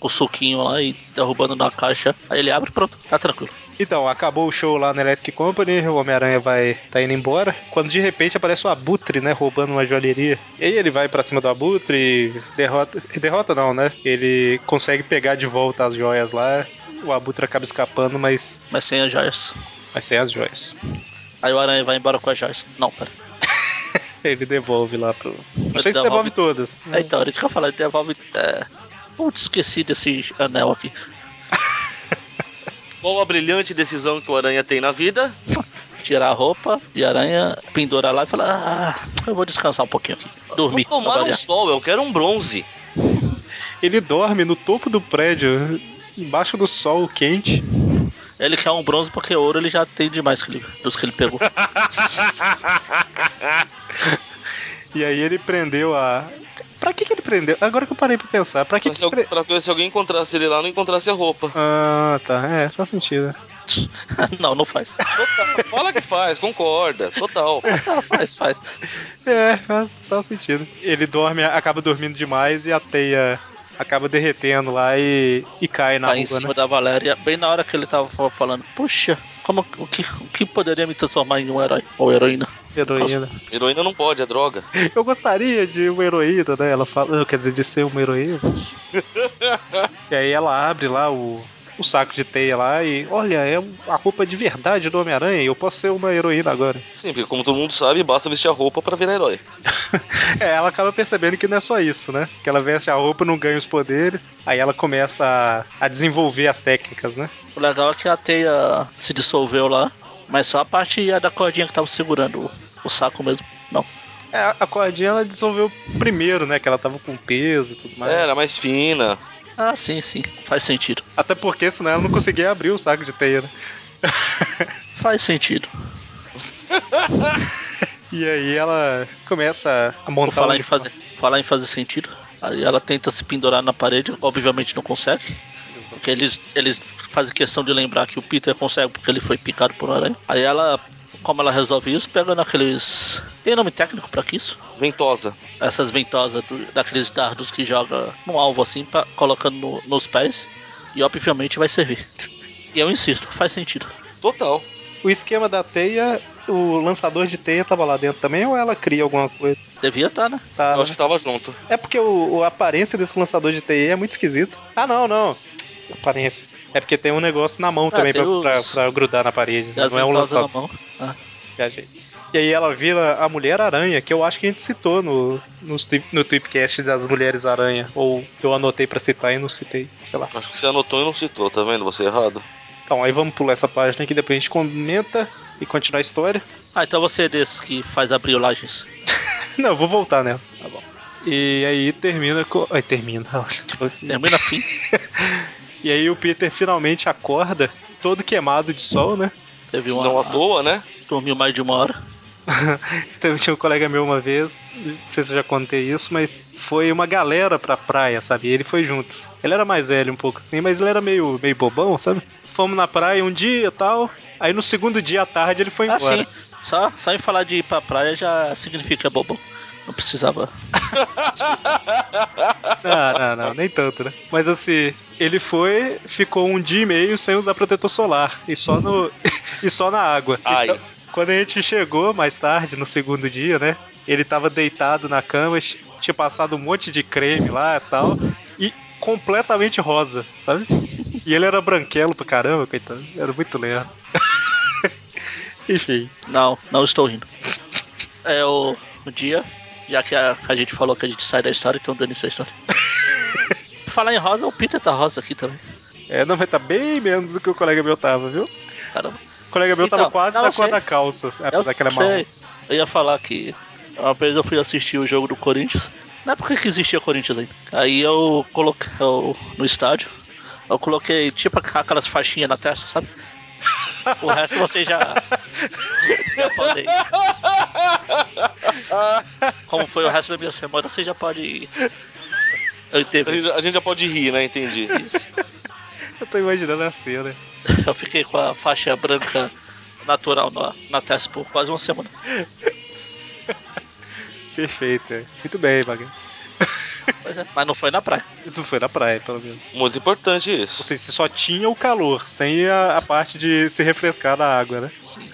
[SPEAKER 3] com o suquinho lá e derrubando na caixa. Aí ele abre e pronto, tá tranquilo.
[SPEAKER 1] Então, acabou o show lá na Electric Company, o Homem-Aranha vai tá indo embora, quando de repente aparece o Abutre, né, roubando uma joalheria. E aí ele vai pra cima do Abutre e derrota... Derrota não, né? Ele consegue pegar de volta as joias lá, o Abutre acaba escapando, mas...
[SPEAKER 3] Mas sem as joias.
[SPEAKER 1] Mas sem as joias.
[SPEAKER 3] Aí o aranha vai embora com as joias. Não, pera.
[SPEAKER 1] Ele devolve lá pro... Não
[SPEAKER 3] Ele
[SPEAKER 1] sei se devolve
[SPEAKER 3] devolve-
[SPEAKER 1] todas.
[SPEAKER 3] É, então, ele fica falando, devolve. É... Putz, esqueci desse anel aqui.
[SPEAKER 4] Qual a brilhante decisão que o Aranha tem na vida?
[SPEAKER 3] Tirar a roupa de aranha, pendurar lá e falar: Ah, eu vou descansar um pouquinho aqui. Dormir.
[SPEAKER 4] Vou tomar um
[SPEAKER 3] trabalhar."
[SPEAKER 4] sol, eu quero um bronze.
[SPEAKER 1] Ele dorme no topo do prédio, embaixo do sol quente.
[SPEAKER 3] Ele quer um bronze porque ouro ele já tem demais que ele- dos que ele pegou.
[SPEAKER 1] E aí ele prendeu a. Pra que, que ele prendeu? Agora que eu parei pra pensar, pra que.
[SPEAKER 4] Pra
[SPEAKER 1] que
[SPEAKER 4] se, al-
[SPEAKER 1] pre-
[SPEAKER 4] pra que se alguém encontrasse ele lá, não encontrasse a roupa.
[SPEAKER 1] Ah, tá. É, faz sentido.
[SPEAKER 3] não, não faz.
[SPEAKER 4] Total. Fala que faz, concorda. Total.
[SPEAKER 3] Tá, faz, faz.
[SPEAKER 1] É, faz, faz sentido. Ele dorme, acaba dormindo demais e a teia acaba derretendo lá e, e cai na
[SPEAKER 3] Tá em
[SPEAKER 1] rua,
[SPEAKER 3] cima
[SPEAKER 1] né?
[SPEAKER 3] da Valéria, bem na hora que ele tava fa- falando, puxa, como o que, o que poderia me transformar em um herói ou heroína?
[SPEAKER 1] Heroína.
[SPEAKER 4] Heroína não pode, é droga.
[SPEAKER 1] Eu gostaria de uma heroína, né? Ela fala, quer dizer, de ser uma heroína. e aí ela abre lá o, o saco de teia lá e, olha, é a roupa de verdade do Homem-Aranha e eu posso ser uma heroína agora.
[SPEAKER 4] Sim, porque como todo mundo sabe, basta vestir a roupa pra virar herói.
[SPEAKER 1] É, ela acaba percebendo que não é só isso, né? Que ela veste a roupa, não ganha os poderes, aí ela começa a, a desenvolver as técnicas, né?
[SPEAKER 3] O legal é que a teia se dissolveu lá, mas só a parte da cordinha que tava segurando o, o saco mesmo. Não.
[SPEAKER 1] É, a cordinha ela dissolveu primeiro, né? Que ela tava com peso e tudo mais.
[SPEAKER 4] É, era mais fina.
[SPEAKER 3] Ah, sim, sim. Faz sentido.
[SPEAKER 1] Até porque senão ela não conseguia abrir o saco de teia, né?
[SPEAKER 3] Faz sentido.
[SPEAKER 1] E aí ela começa a
[SPEAKER 3] Por
[SPEAKER 1] montar o
[SPEAKER 3] falar em,
[SPEAKER 1] uniforme.
[SPEAKER 3] fazer, falar em fazer sentido. Aí ela tenta se pendurar na parede, obviamente não consegue. Porque eles, eles fazem questão de lembrar que o Peter consegue porque ele foi picado por uma aranha. Aí ela, como ela resolve isso, pegando aqueles. Tem nome técnico pra que isso?
[SPEAKER 4] Ventosa.
[SPEAKER 3] Essas ventosas do- daqueles dardos que joga num alvo assim, pra, colocando no- nos pés. E obviamente vai servir. E eu insisto, faz sentido.
[SPEAKER 4] Total.
[SPEAKER 1] O esquema da teia, o lançador de teia tava lá dentro também ou ela cria alguma coisa?
[SPEAKER 3] Devia estar, né?
[SPEAKER 1] Tá,
[SPEAKER 4] Eu
[SPEAKER 1] né?
[SPEAKER 4] acho que tava junto.
[SPEAKER 1] É porque o, o- a aparência desse lançador de TI é muito esquisita. Ah, não, não. Aparência. É porque tem um negócio na mão
[SPEAKER 3] Ah,
[SPEAKER 1] também
[SPEAKER 3] tem
[SPEAKER 1] pra,
[SPEAKER 3] os-
[SPEAKER 1] pra- pra grudar na parede. né?
[SPEAKER 3] As
[SPEAKER 1] Não é um
[SPEAKER 3] ventosas na
[SPEAKER 1] lançador.
[SPEAKER 3] mão. Ah.
[SPEAKER 1] Viajei. E aí ela vira a Mulher Aranha, que eu acho que a gente citou no, no, no Tweepcast das Mulheres Aranha. Ou eu anotei pra citar e não citei, sei lá.
[SPEAKER 4] Acho que você anotou e não citou, tá vendo? Você errado.
[SPEAKER 1] Então, aí vamos pular essa página aqui, depois a gente comenta e continua a história.
[SPEAKER 3] ah, então você é desses que faz abriolagens.
[SPEAKER 1] Não, eu vou voltar né? nela.
[SPEAKER 3] Tá bom.
[SPEAKER 1] E aí termina com. Ai, termina.
[SPEAKER 3] Termina fim.
[SPEAKER 1] E aí o Peter finalmente acorda, todo queimado de sol, né?
[SPEAKER 3] Teve uma,
[SPEAKER 4] Não à toa, né?
[SPEAKER 3] Dormiu mais de uma hora.
[SPEAKER 1] Então, tinha um colega meu uma vez, não sei se eu já contei isso, mas foi uma galera pra praia, sabe? E ele foi junto. Ele era mais velho um pouco assim, mas ele era meio, meio bobão, sabe? Fomos na praia um dia e tal. Aí no segundo dia à tarde ele foi
[SPEAKER 3] Ah,
[SPEAKER 1] embora.
[SPEAKER 3] sim. Só, só em falar de ir pra praia já significa bobo. Não precisava.
[SPEAKER 1] Não, não, não, nem tanto, né? Mas assim, ele foi, ficou um dia e meio sem usar protetor solar e só no e só na água.
[SPEAKER 4] Ai.
[SPEAKER 1] Então, quando a gente chegou mais tarde no segundo dia, né? Ele tava deitado na cama, ch- tinha passado um monte de creme lá e tal e completamente rosa, sabe? E ele era branquelo pra caramba, coitado. Era muito lerdo. Enfim.
[SPEAKER 3] Não, não estou rindo. É o, o dia, já que a, a gente falou que a gente sai da história, então dane essa história. falar em rosa, o Peter tá rosa aqui também.
[SPEAKER 1] É, não vai estar bem menos do que o colega meu tava, viu?
[SPEAKER 3] Caramba.
[SPEAKER 1] O colega meu
[SPEAKER 3] Então,
[SPEAKER 1] tava quase
[SPEAKER 3] não,
[SPEAKER 1] na
[SPEAKER 3] eu
[SPEAKER 1] cor
[SPEAKER 3] sei.
[SPEAKER 1] da calça,
[SPEAKER 3] Eu,
[SPEAKER 1] apesar que ela é marrom.
[SPEAKER 3] sei, eu ia falar que uma vez eu fui assistir o jogo do Corinthians. Na época que existia Corinthians ainda. Aí eu coloquei eu- no estádio. Eu coloquei tipo aquelas faixinhas na testa, sabe? O resto você já. já pode ir. Como foi o resto da minha semana, você já pode. ir. Eu
[SPEAKER 4] A
[SPEAKER 3] teve.
[SPEAKER 4] gente, a gente já pode rir, né? Entendi.
[SPEAKER 1] Eu tô imaginando a cena.
[SPEAKER 3] Eu fiquei com a faixa branca natural na, na testa por quase uma semana.
[SPEAKER 1] Perfeito. é. Muito bem, Maga.
[SPEAKER 3] Pois é, mas não foi na praia.
[SPEAKER 1] Tu foi na praia, pelo menos.
[SPEAKER 4] Muito importante
[SPEAKER 1] Ou
[SPEAKER 4] isso.
[SPEAKER 1] seja, você só tinha o calor, sem a, a parte de se refrescar na água, né?
[SPEAKER 3] Sim.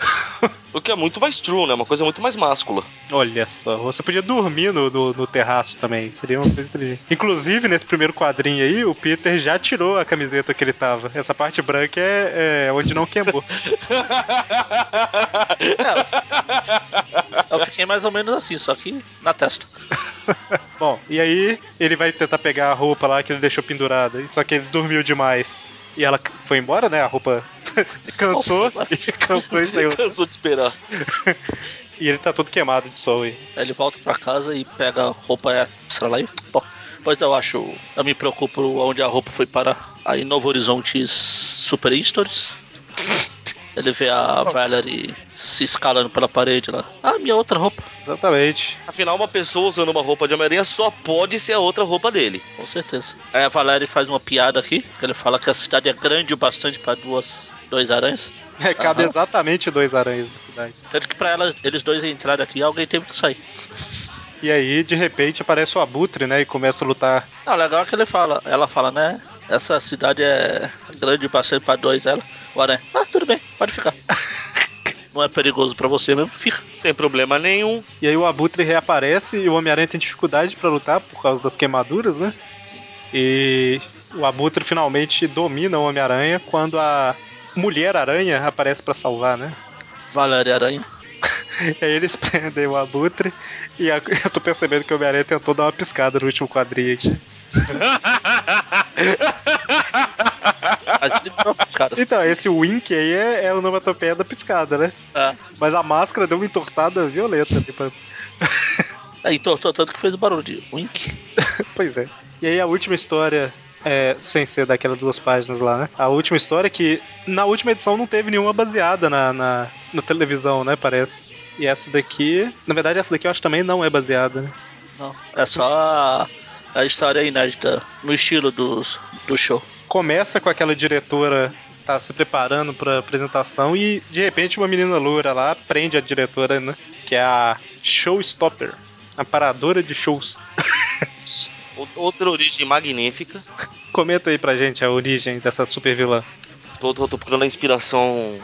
[SPEAKER 4] O que é muito mais true, né? Uma coisa muito mais máscula.
[SPEAKER 1] Olha só, você podia dormir no, no, no terraço também, seria uma coisa inteligente. Inclusive, nesse primeiro quadrinho aí, o Peter já tirou a camiseta que ele tava. Essa parte branca é, é onde não queimou.
[SPEAKER 3] Eu fiquei mais ou menos assim, só que na testa.
[SPEAKER 1] Bom, e aí ele vai tentar pegar a roupa lá que ele deixou pendurada, e- só que ele dormiu demais. E ela c- foi embora, né? A roupa cansou, e cansou e saiu.
[SPEAKER 4] Cansou de esperar.
[SPEAKER 1] E ele tá todo queimado de sol aí.
[SPEAKER 3] Aí ele volta pra casa e pega a roupa extra lá e. Bom, pois eu acho. Eu me preocupo onde a roupa foi parar. Aí em Novo Horizonte Super Stories. Ele vê a Valerie se escalando pela parede lá. Ah, minha outra roupa.
[SPEAKER 1] Exatamente.
[SPEAKER 4] Afinal, uma pessoa usando uma roupa de Homem-Aranha só pode ser a outra roupa dele.
[SPEAKER 3] Com certeza. Aí a Valerie faz uma piada aqui, que ele fala que a cidade é grande o bastante pra duas dois aranhas.
[SPEAKER 1] É, cabe
[SPEAKER 3] Aham.
[SPEAKER 1] exatamente dois aranhas na cidade.
[SPEAKER 3] Tanto que pra ela, eles dois entrarem aqui, alguém teve que sair.
[SPEAKER 1] E aí, de repente, aparece o Abutre, né? E começa a lutar.
[SPEAKER 3] Não, o legal é que ele fala, ela fala, né? Essa cidade é grande bastante pra dois ela. O aranha, ah, tudo bem, pode ficar. Não é perigoso pra você mesmo, fica.
[SPEAKER 4] Tem problema nenhum.
[SPEAKER 1] E aí o Abutre reaparece e o Homem-Aranha tem dificuldade pra lutar por causa das queimaduras, né?
[SPEAKER 3] Sim.
[SPEAKER 1] E o Abutre finalmente domina o Homem-Aranha quando a Mulher-Aranha aparece pra salvar, né?
[SPEAKER 3] Valéria Aranha.
[SPEAKER 1] Aí eles prendem o Abutre e a- eu tô percebendo que o Homem-Aranha tentou dar uma piscada no último quadrinho aqui.
[SPEAKER 3] Mas ele troca os caras.
[SPEAKER 1] Então, esse wink aí é, é o onomatopeia da piscada, né?
[SPEAKER 3] Ah,
[SPEAKER 1] Mas a máscara deu uma entortada violenta. tipo, ali pra-
[SPEAKER 3] aí tortou é, então, tanto que fez o barulho de wink.
[SPEAKER 1] Pois é. E aí a última história, é, sem ser daquelas duas páginas lá, né? A última história que na última edição não teve nenhuma baseada na, na, na televisão, né? Parece. E essa daqui, na verdade, essa daqui eu acho que também não é baseada, né?
[SPEAKER 3] Não, é só a, a história inédita no estilo dos, do show.
[SPEAKER 1] Começa com aquela diretora tá se preparando pra apresentação e de repente uma menina loura lá prende a diretora, né? Que é a Showstopper, a paradora de shows.
[SPEAKER 4] Out- Outra origem magnífica.
[SPEAKER 1] Comenta aí pra gente a origem dessa super vilã.
[SPEAKER 4] Tô, tô, tô procurando a inspiração.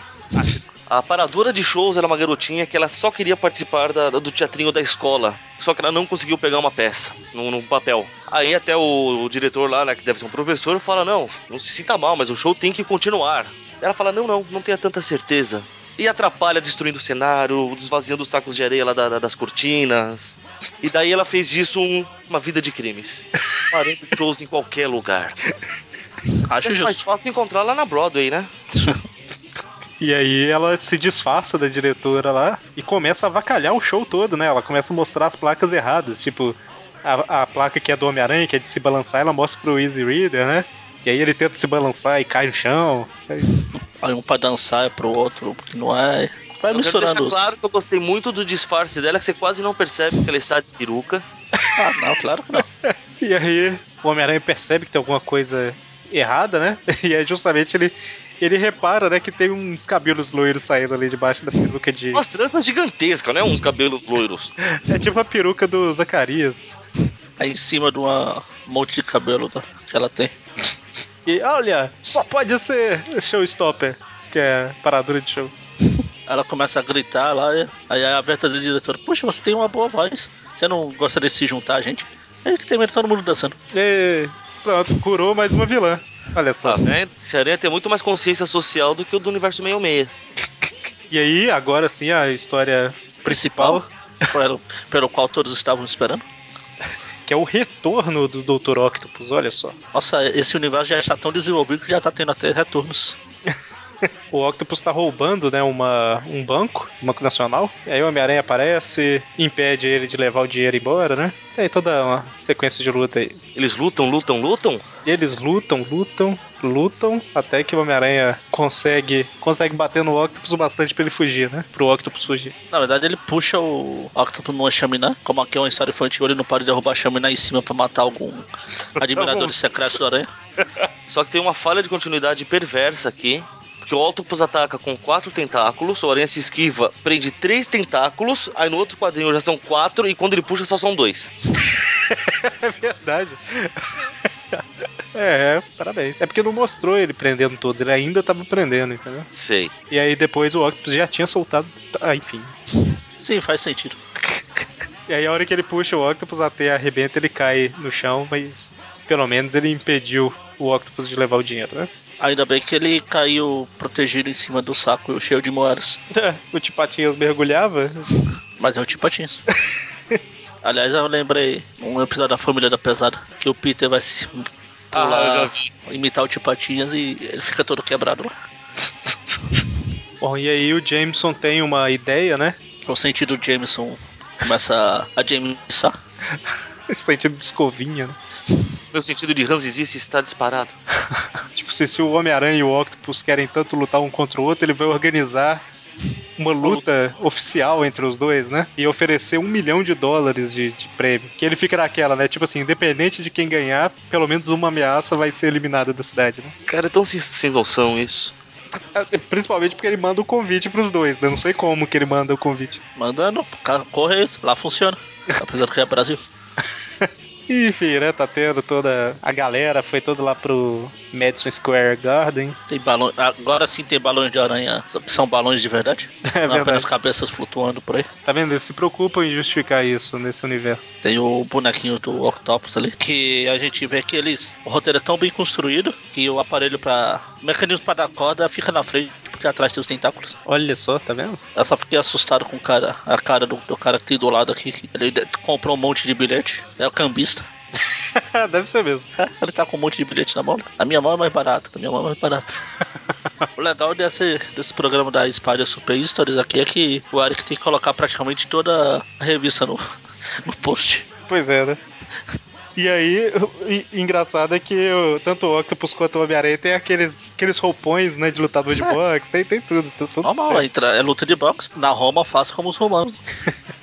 [SPEAKER 4] A paradora de shows era uma garotinha que ela só queria participar da- da- do teatrinho da escola. Só que ela não conseguiu pegar uma peça num, num papel. Aí até o, o diretor lá, né, que deve ser um professor, fala: Não, não se sinta mal, mas o show tem que continuar. Ela fala: Não, não, não tenha tanta certeza. E atrapalha destruindo o cenário, desvaziando os sacos de areia lá da- da- das cortinas. E daí ela fez isso um- uma vida de crimes. Parando shows em qualquer lugar.
[SPEAKER 3] Acho
[SPEAKER 4] Acho mais
[SPEAKER 3] justo.
[SPEAKER 4] fácil encontrar lá na Broadway, né?
[SPEAKER 1] E aí ela se disfarça da diretora lá e começa a avacalhar o show todo, né? Ela começa a mostrar as placas erradas, tipo a, a placa que é do Homem-Aranha, que é de se balançar, ela mostra pro Easy Reader, né? E aí ele tenta se balançar e cai no chão.
[SPEAKER 3] Aí um pra dançar é pro outro, porque não é. Vai
[SPEAKER 4] eu quero
[SPEAKER 3] misturando
[SPEAKER 4] deixar
[SPEAKER 3] os.
[SPEAKER 4] claro que eu gostei muito do disfarce dela, que você quase não percebe que ela está de peruca.
[SPEAKER 3] Ah, não, claro que não.
[SPEAKER 1] E aí o Homem-Aranha percebe que tem alguma coisa errada, né? E aí justamente ele, ele repara, né, que tem uns cabelos loiros saindo ali debaixo da peruca de.
[SPEAKER 4] Umas tranças gigantescas, né? Uns cabelos loiros.
[SPEAKER 1] É tipo a peruca do Zacarias.
[SPEAKER 3] Aí em cima de uma monte de cabelo tá, que ela tem.
[SPEAKER 1] E olha, só pode ser Showstopper, que é paradora de show.
[SPEAKER 3] Ela começa a gritar lá, e- aí a verdadeira diretora, puxa, você tem uma boa voz. Você não gosta de se juntar a gente? Aí que tem medo de todo mundo dançando.
[SPEAKER 1] E pronto, curou mais uma vilã. Olha só.
[SPEAKER 4] Tá vendo? Esse aranha tem muito mais consciência social do que o do universo 66.
[SPEAKER 1] E aí, agora sim, a história principal,
[SPEAKER 3] pelo, pelo qual todos estavam esperando.
[SPEAKER 1] que é o retorno do Dr. Octopus, olha só.
[SPEAKER 3] Nossa, esse universo já está tão desenvolvido que já tá tendo até retornos.
[SPEAKER 1] O Octopus tá roubando, né, uma, um banco, um banco nacional. E aí o Homem-Aranha aparece, impede ele de levar o dinheiro embora, né? Tem toda uma sequência de luta aí.
[SPEAKER 4] Eles lutam, lutam, lutam?
[SPEAKER 1] E eles lutam, lutam, lutam, até que o Homem-Aranha consegue, consegue bater no Octopus o bastante pra ele fugir, né? Pro Octopus fugir.
[SPEAKER 3] Na verdade, ele puxa o Octopus numa chaminé. Como aqui é uma história infantil, ele não para de derrubar a chaminé em cima pra matar algum admirador secreto do aranha.
[SPEAKER 4] Só que tem uma falha de continuidade perversa aqui. Porque o Octopus ataca com quatro tentáculos, o aranha se esquiva, prende três tentáculos, aí no outro quadrinho já são quatro, e quando ele puxa só são dois.
[SPEAKER 1] É verdade. É, parabéns. É porque não mostrou ele prendendo todos, ele ainda tava prendendo, entendeu?
[SPEAKER 4] Sei.
[SPEAKER 1] E aí depois o Octopus já tinha soltado. Ah, enfim.
[SPEAKER 3] Sim, faz sentido.
[SPEAKER 1] E aí a hora que ele puxa o Octopus até arrebenta, ele cai no chão, mas pelo menos ele impediu o Octopus de levar o dinheiro, né?
[SPEAKER 3] Ainda bem que ele caiu protegido em cima do saco cheio de moedas.
[SPEAKER 1] O Tipatinhas mergulhava.
[SPEAKER 3] Mas é o Tipatins. Aliás, eu lembrei um episódio da Família da Pesada que o Peter vai se
[SPEAKER 4] Ah,
[SPEAKER 3] pular,
[SPEAKER 4] eu já vi.
[SPEAKER 3] imitar o Tipatinhas e ele fica todo quebrado lá.
[SPEAKER 1] Bom, e aí o Jameson tem uma ideia, né?
[SPEAKER 3] Com o sentido do Jameson começa a Jamesar.
[SPEAKER 1] Esse sentido de escovinha, né?
[SPEAKER 4] Meu sentido de ranzizice está disparado.
[SPEAKER 1] Tipo, se, se o Homem-Aranha e o Octopus querem tanto lutar um contra o outro, ele vai organizar uma luta oficial entre os dois, né? E oferecer um milhão de dólares de, de prêmio. Que ele fica naquela, né? Tipo assim, independente de quem ganhar, pelo menos uma ameaça vai ser eliminada da cidade, né?
[SPEAKER 4] Cara, é tão sem, sem noção isso.
[SPEAKER 1] É, Principalmente porque ele manda o convite pros dois, né? Não sei como que ele manda o convite.
[SPEAKER 3] Mandando, ca- corre, lá funciona. Apesar do que é Brasil.
[SPEAKER 1] Enfim, né? Tá tendo toda. A galera foi toda lá pro Madison Square Garden.
[SPEAKER 3] Tem balões. Agora sim tem balões de aranha. Só que São balões de verdade?
[SPEAKER 1] É
[SPEAKER 3] Não apenas
[SPEAKER 1] verdade.
[SPEAKER 3] cabeças flutuando por aí.
[SPEAKER 1] Tá vendo? Eles se preocupam em justificar isso nesse universo.
[SPEAKER 3] Tem o bonequinho do Octopus ali, que a gente vê que eles. O roteiro é tão bem construído que o aparelho para O mecanismo pra dar corda fica na frente, porque atrás tem os tentáculos.
[SPEAKER 1] Olha só, tá vendo?
[SPEAKER 3] Eu só fiquei assustado com o cara, a cara do, do cara que tem do lado aqui. que Ele de- comprou um monte de bilhete. É o cambista.
[SPEAKER 1] Deve ser mesmo.
[SPEAKER 3] Ele tá com um monte de bilhete na mão. né? A minha mão é mais barata, a minha mão é mais barata. o legal desse, desse programa da Spider Super Stories aqui é que o Eric tem que colocar praticamente toda a revista no, no post.
[SPEAKER 1] Pois é, né? E aí, o e- e engraçado é que o- tanto o Octopus quanto o Homem-Aranha tem aqueles, aqueles roupões, né, de lutador de boxe, tem, tem tudo, tudo, tudo
[SPEAKER 3] Normal,
[SPEAKER 1] certo.
[SPEAKER 3] entra, é luta de boxe. Na Roma, faça como os romanos.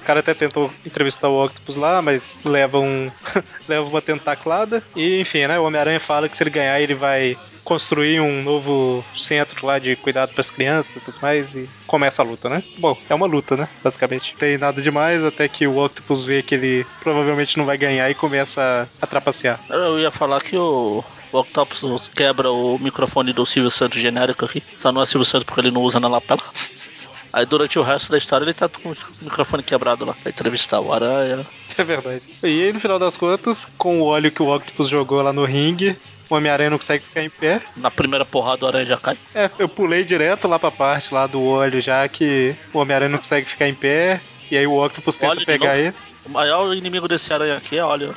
[SPEAKER 1] O cara até tentou entrevistar o Octopus lá, mas leva um. leva uma tentaclada. E enfim, né? O Homem-Aranha fala que se ele ganhar, ele vai construir um novo centro lá de cuidado para as crianças e tudo mais. E começa a luta, né? Bom, é uma luta, né? Basicamente. Não tem nada demais, até que o Octopus vê que ele provavelmente não vai ganhar e começa a trapacear.
[SPEAKER 3] Eu ia falar que o, o Octopus quebra o microfone do Silvio Santos genérico aqui. Só não é Silvio Santos porque ele não usa na lapela. Aí durante o resto da história ele tá com o microfone quebrado lá pra entrevistar o Aranha.
[SPEAKER 1] É verdade. E aí, no final das contas, com o óleo que o Octopus jogou lá no ringue, o Homem-Aranha não consegue ficar em pé.
[SPEAKER 3] Na primeira porrada o Aranha já cai.
[SPEAKER 1] É, eu pulei direto lá pra parte lá do olho, já que o Homem-Aranha não consegue ficar em pé. E aí o Octopus tenta
[SPEAKER 3] Olho de
[SPEAKER 1] pegar
[SPEAKER 3] novo?
[SPEAKER 1] ele.
[SPEAKER 3] O maior inimigo desse Aranha aqui é óleo.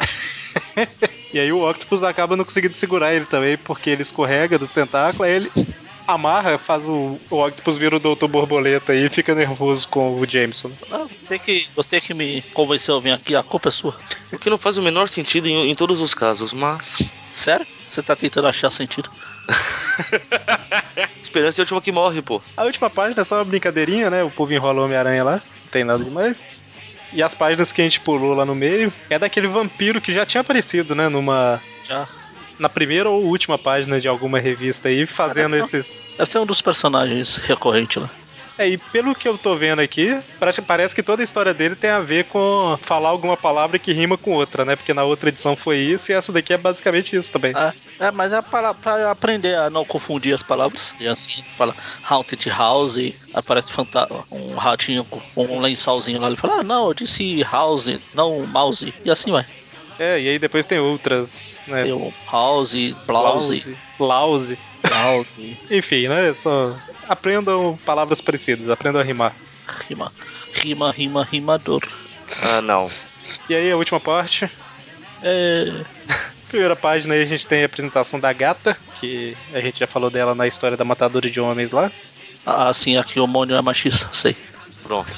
[SPEAKER 1] E aí o Octopus acaba não conseguindo segurar ele também, porque ele escorrega do tentáculo, aí ele amarra, faz o, o Octopus vira o Doutor Borboleta aí e fica nervoso com o Jameson.
[SPEAKER 3] Ah, Você que, você que me convenceu a vir aqui, a culpa é sua.
[SPEAKER 4] O que não faz o menor sentido em, em todos os casos, mas.
[SPEAKER 3] Sério? Você tá tentando achar sentido?
[SPEAKER 4] Esperança é a última que morre, pô.
[SPEAKER 1] A última página é só uma brincadeirinha, né? O povo enrola o Homem-Aranha lá, não tem nada demais. E as páginas que a gente pulou lá no meio é daquele vampiro que já tinha aparecido, né? Numa.
[SPEAKER 3] Já.
[SPEAKER 1] Na primeira ou última página de alguma revista aí, fazendo
[SPEAKER 3] Caraca, só-
[SPEAKER 1] esses.
[SPEAKER 3] Deve ser um dos personagens recorrentes lá.
[SPEAKER 1] É, e pelo que eu tô vendo aqui, parece- parece que toda a história dele tem a ver com falar alguma palavra que rima com outra, né? Porque na outra edição foi isso e essa daqui é basicamente isso também.
[SPEAKER 3] Ah, é, mas é para, para aprender a não confundir as palavras. E assim, fala Haunted House, aparece fanta- um ratinho com com um lençolzinho lá. Ele fala, ah, não, eu disse House, não mouse. E assim vai.
[SPEAKER 1] É, e aí depois tem outras, né?
[SPEAKER 3] Eu, house, Blouse,
[SPEAKER 1] Lause.
[SPEAKER 3] House,
[SPEAKER 1] Enfim, né? Só aprendam palavras parecidas, aprendam a rimar.
[SPEAKER 3] rima. Rima, rima, rimador.
[SPEAKER 4] Ah, não.
[SPEAKER 1] E aí a última parte,
[SPEAKER 3] É,
[SPEAKER 1] Primeira página aí a gente tem a apresentação da gata, que a gente já falou dela na história da matadora de homens lá.
[SPEAKER 3] ah, assim, aqui o Mônio é machista, sei.
[SPEAKER 4] Pronto.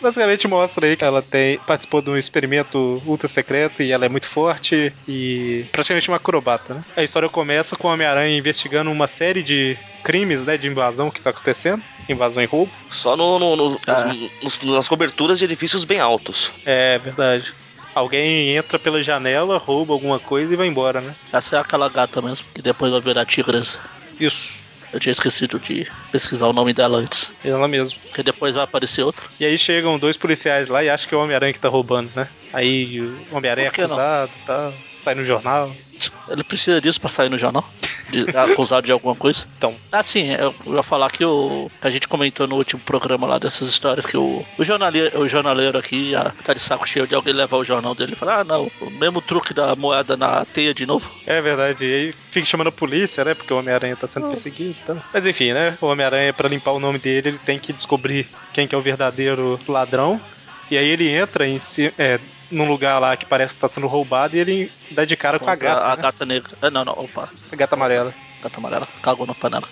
[SPEAKER 1] Basicamente mostra aí que ela tem participou de um experimento ultra secreto e ela é muito forte e praticamente uma acrobata, né? A história começa com o Homem-Aranha investigando uma série de crimes, né, de invasão que tá acontecendo, invasão e roubo.
[SPEAKER 4] Só no, no- nos-
[SPEAKER 3] Ah.
[SPEAKER 4] nos- nos- nas coberturas de edifícios bem altos.
[SPEAKER 1] É, verdade. Alguém entra pela janela, rouba alguma coisa e vai embora, né?
[SPEAKER 3] Essa é aquela gata mesmo, que depois vai virar tigresa.
[SPEAKER 1] Isso.
[SPEAKER 3] Eu tinha esquecido de pesquisar o nome dela antes.
[SPEAKER 1] Ela mesmo.
[SPEAKER 3] Porque depois vai aparecer outra.
[SPEAKER 1] E aí chegam dois policiais lá e acham que é o Homem-Aranha que tá roubando, né? Aí o Homem-Aranha é
[SPEAKER 3] Por que não?
[SPEAKER 1] acusado e tal, sai no jornal.
[SPEAKER 3] Ele precisa disso pra sair no jornal? De- acusado de alguma coisa?
[SPEAKER 1] Então.
[SPEAKER 3] Assim, eu eu ia falar que o. A gente comentou no último programa lá dessas histórias que o, o, jornaleiro, o jornaleiro aqui já tá de saco cheio de alguém levar o jornal dele e falar, ah não, o mesmo truque da moeda na teia de novo.
[SPEAKER 1] É verdade, e aí fica chamando a polícia, né? Porque o Homem-Aranha tá
[SPEAKER 3] Hum.
[SPEAKER 1] sendo perseguido e tal. Mas enfim, né? O Homem-Aranha, pra limpar o nome dele, ele tem que descobrir quem que é o verdadeiro ladrão. E aí ele entra em si, é, num lugar lá que parece que tá sendo roubado e ele dá de cara com a
[SPEAKER 3] Contra
[SPEAKER 1] gata,
[SPEAKER 3] a
[SPEAKER 1] né?
[SPEAKER 3] gata negra. Ah, não, não, opa,
[SPEAKER 1] a gata amarela.
[SPEAKER 3] gata amarela, cagou na panela.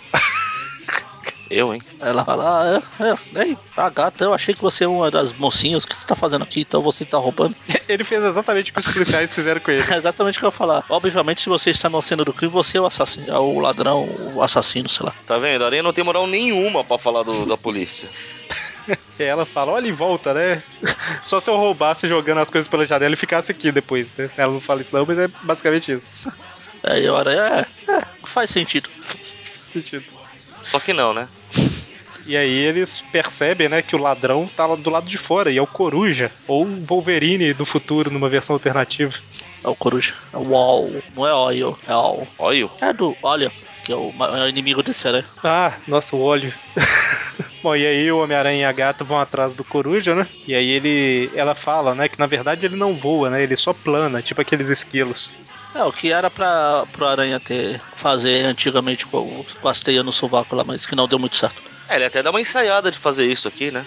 [SPEAKER 4] Eu, hein?
[SPEAKER 3] Ela fala, ah, é, é, ei, a gata, eu achei que você é uma das mocinhas, o que você tá fazendo aqui? Então você tá roubando.
[SPEAKER 1] Ele fez exatamente o que os policiais fizeram com ele.
[SPEAKER 3] É exatamente o que eu ia falar. Obviamente, se você está na cena do crime, você é o assassino, é o ladrão, o assassino, sei lá.
[SPEAKER 4] Tá vendo? A Aranha não tem moral nenhuma pra falar do- da polícia.
[SPEAKER 1] E ela fala, olha em volta, né? Só se eu roubasse jogando as coisas pela janela e ficasse aqui depois, né? Ela não fala isso não, mas é basicamente isso.
[SPEAKER 3] Aí eu era, é, é, faz é, sentido.
[SPEAKER 1] Sentido.
[SPEAKER 4] Só que não, né?
[SPEAKER 1] E aí eles percebem, né, que o ladrão tá lá do lado de fora e é o Coruja, ou o Wolverine do futuro numa versão alternativa.
[SPEAKER 3] É o coruja. É o Wall. Não é Oil, é Wall.
[SPEAKER 4] Olha,
[SPEAKER 3] É do Olha, que é o maior inimigo desse herói.
[SPEAKER 1] Ah, nossa, o óleo. Bom, e aí o Homem-Aranha e a gata vão atrás do coruja, né? E aí ele. Ela fala, né? Que na verdade ele não voa, né? Ele só plana, tipo aqueles esquilos.
[SPEAKER 3] É, o que era pra, pro Aranha ter fazer antigamente com, com as teias no sovaco lá, mas que não deu muito certo.
[SPEAKER 4] é, ele até dá uma ensaiada de fazer isso aqui, né?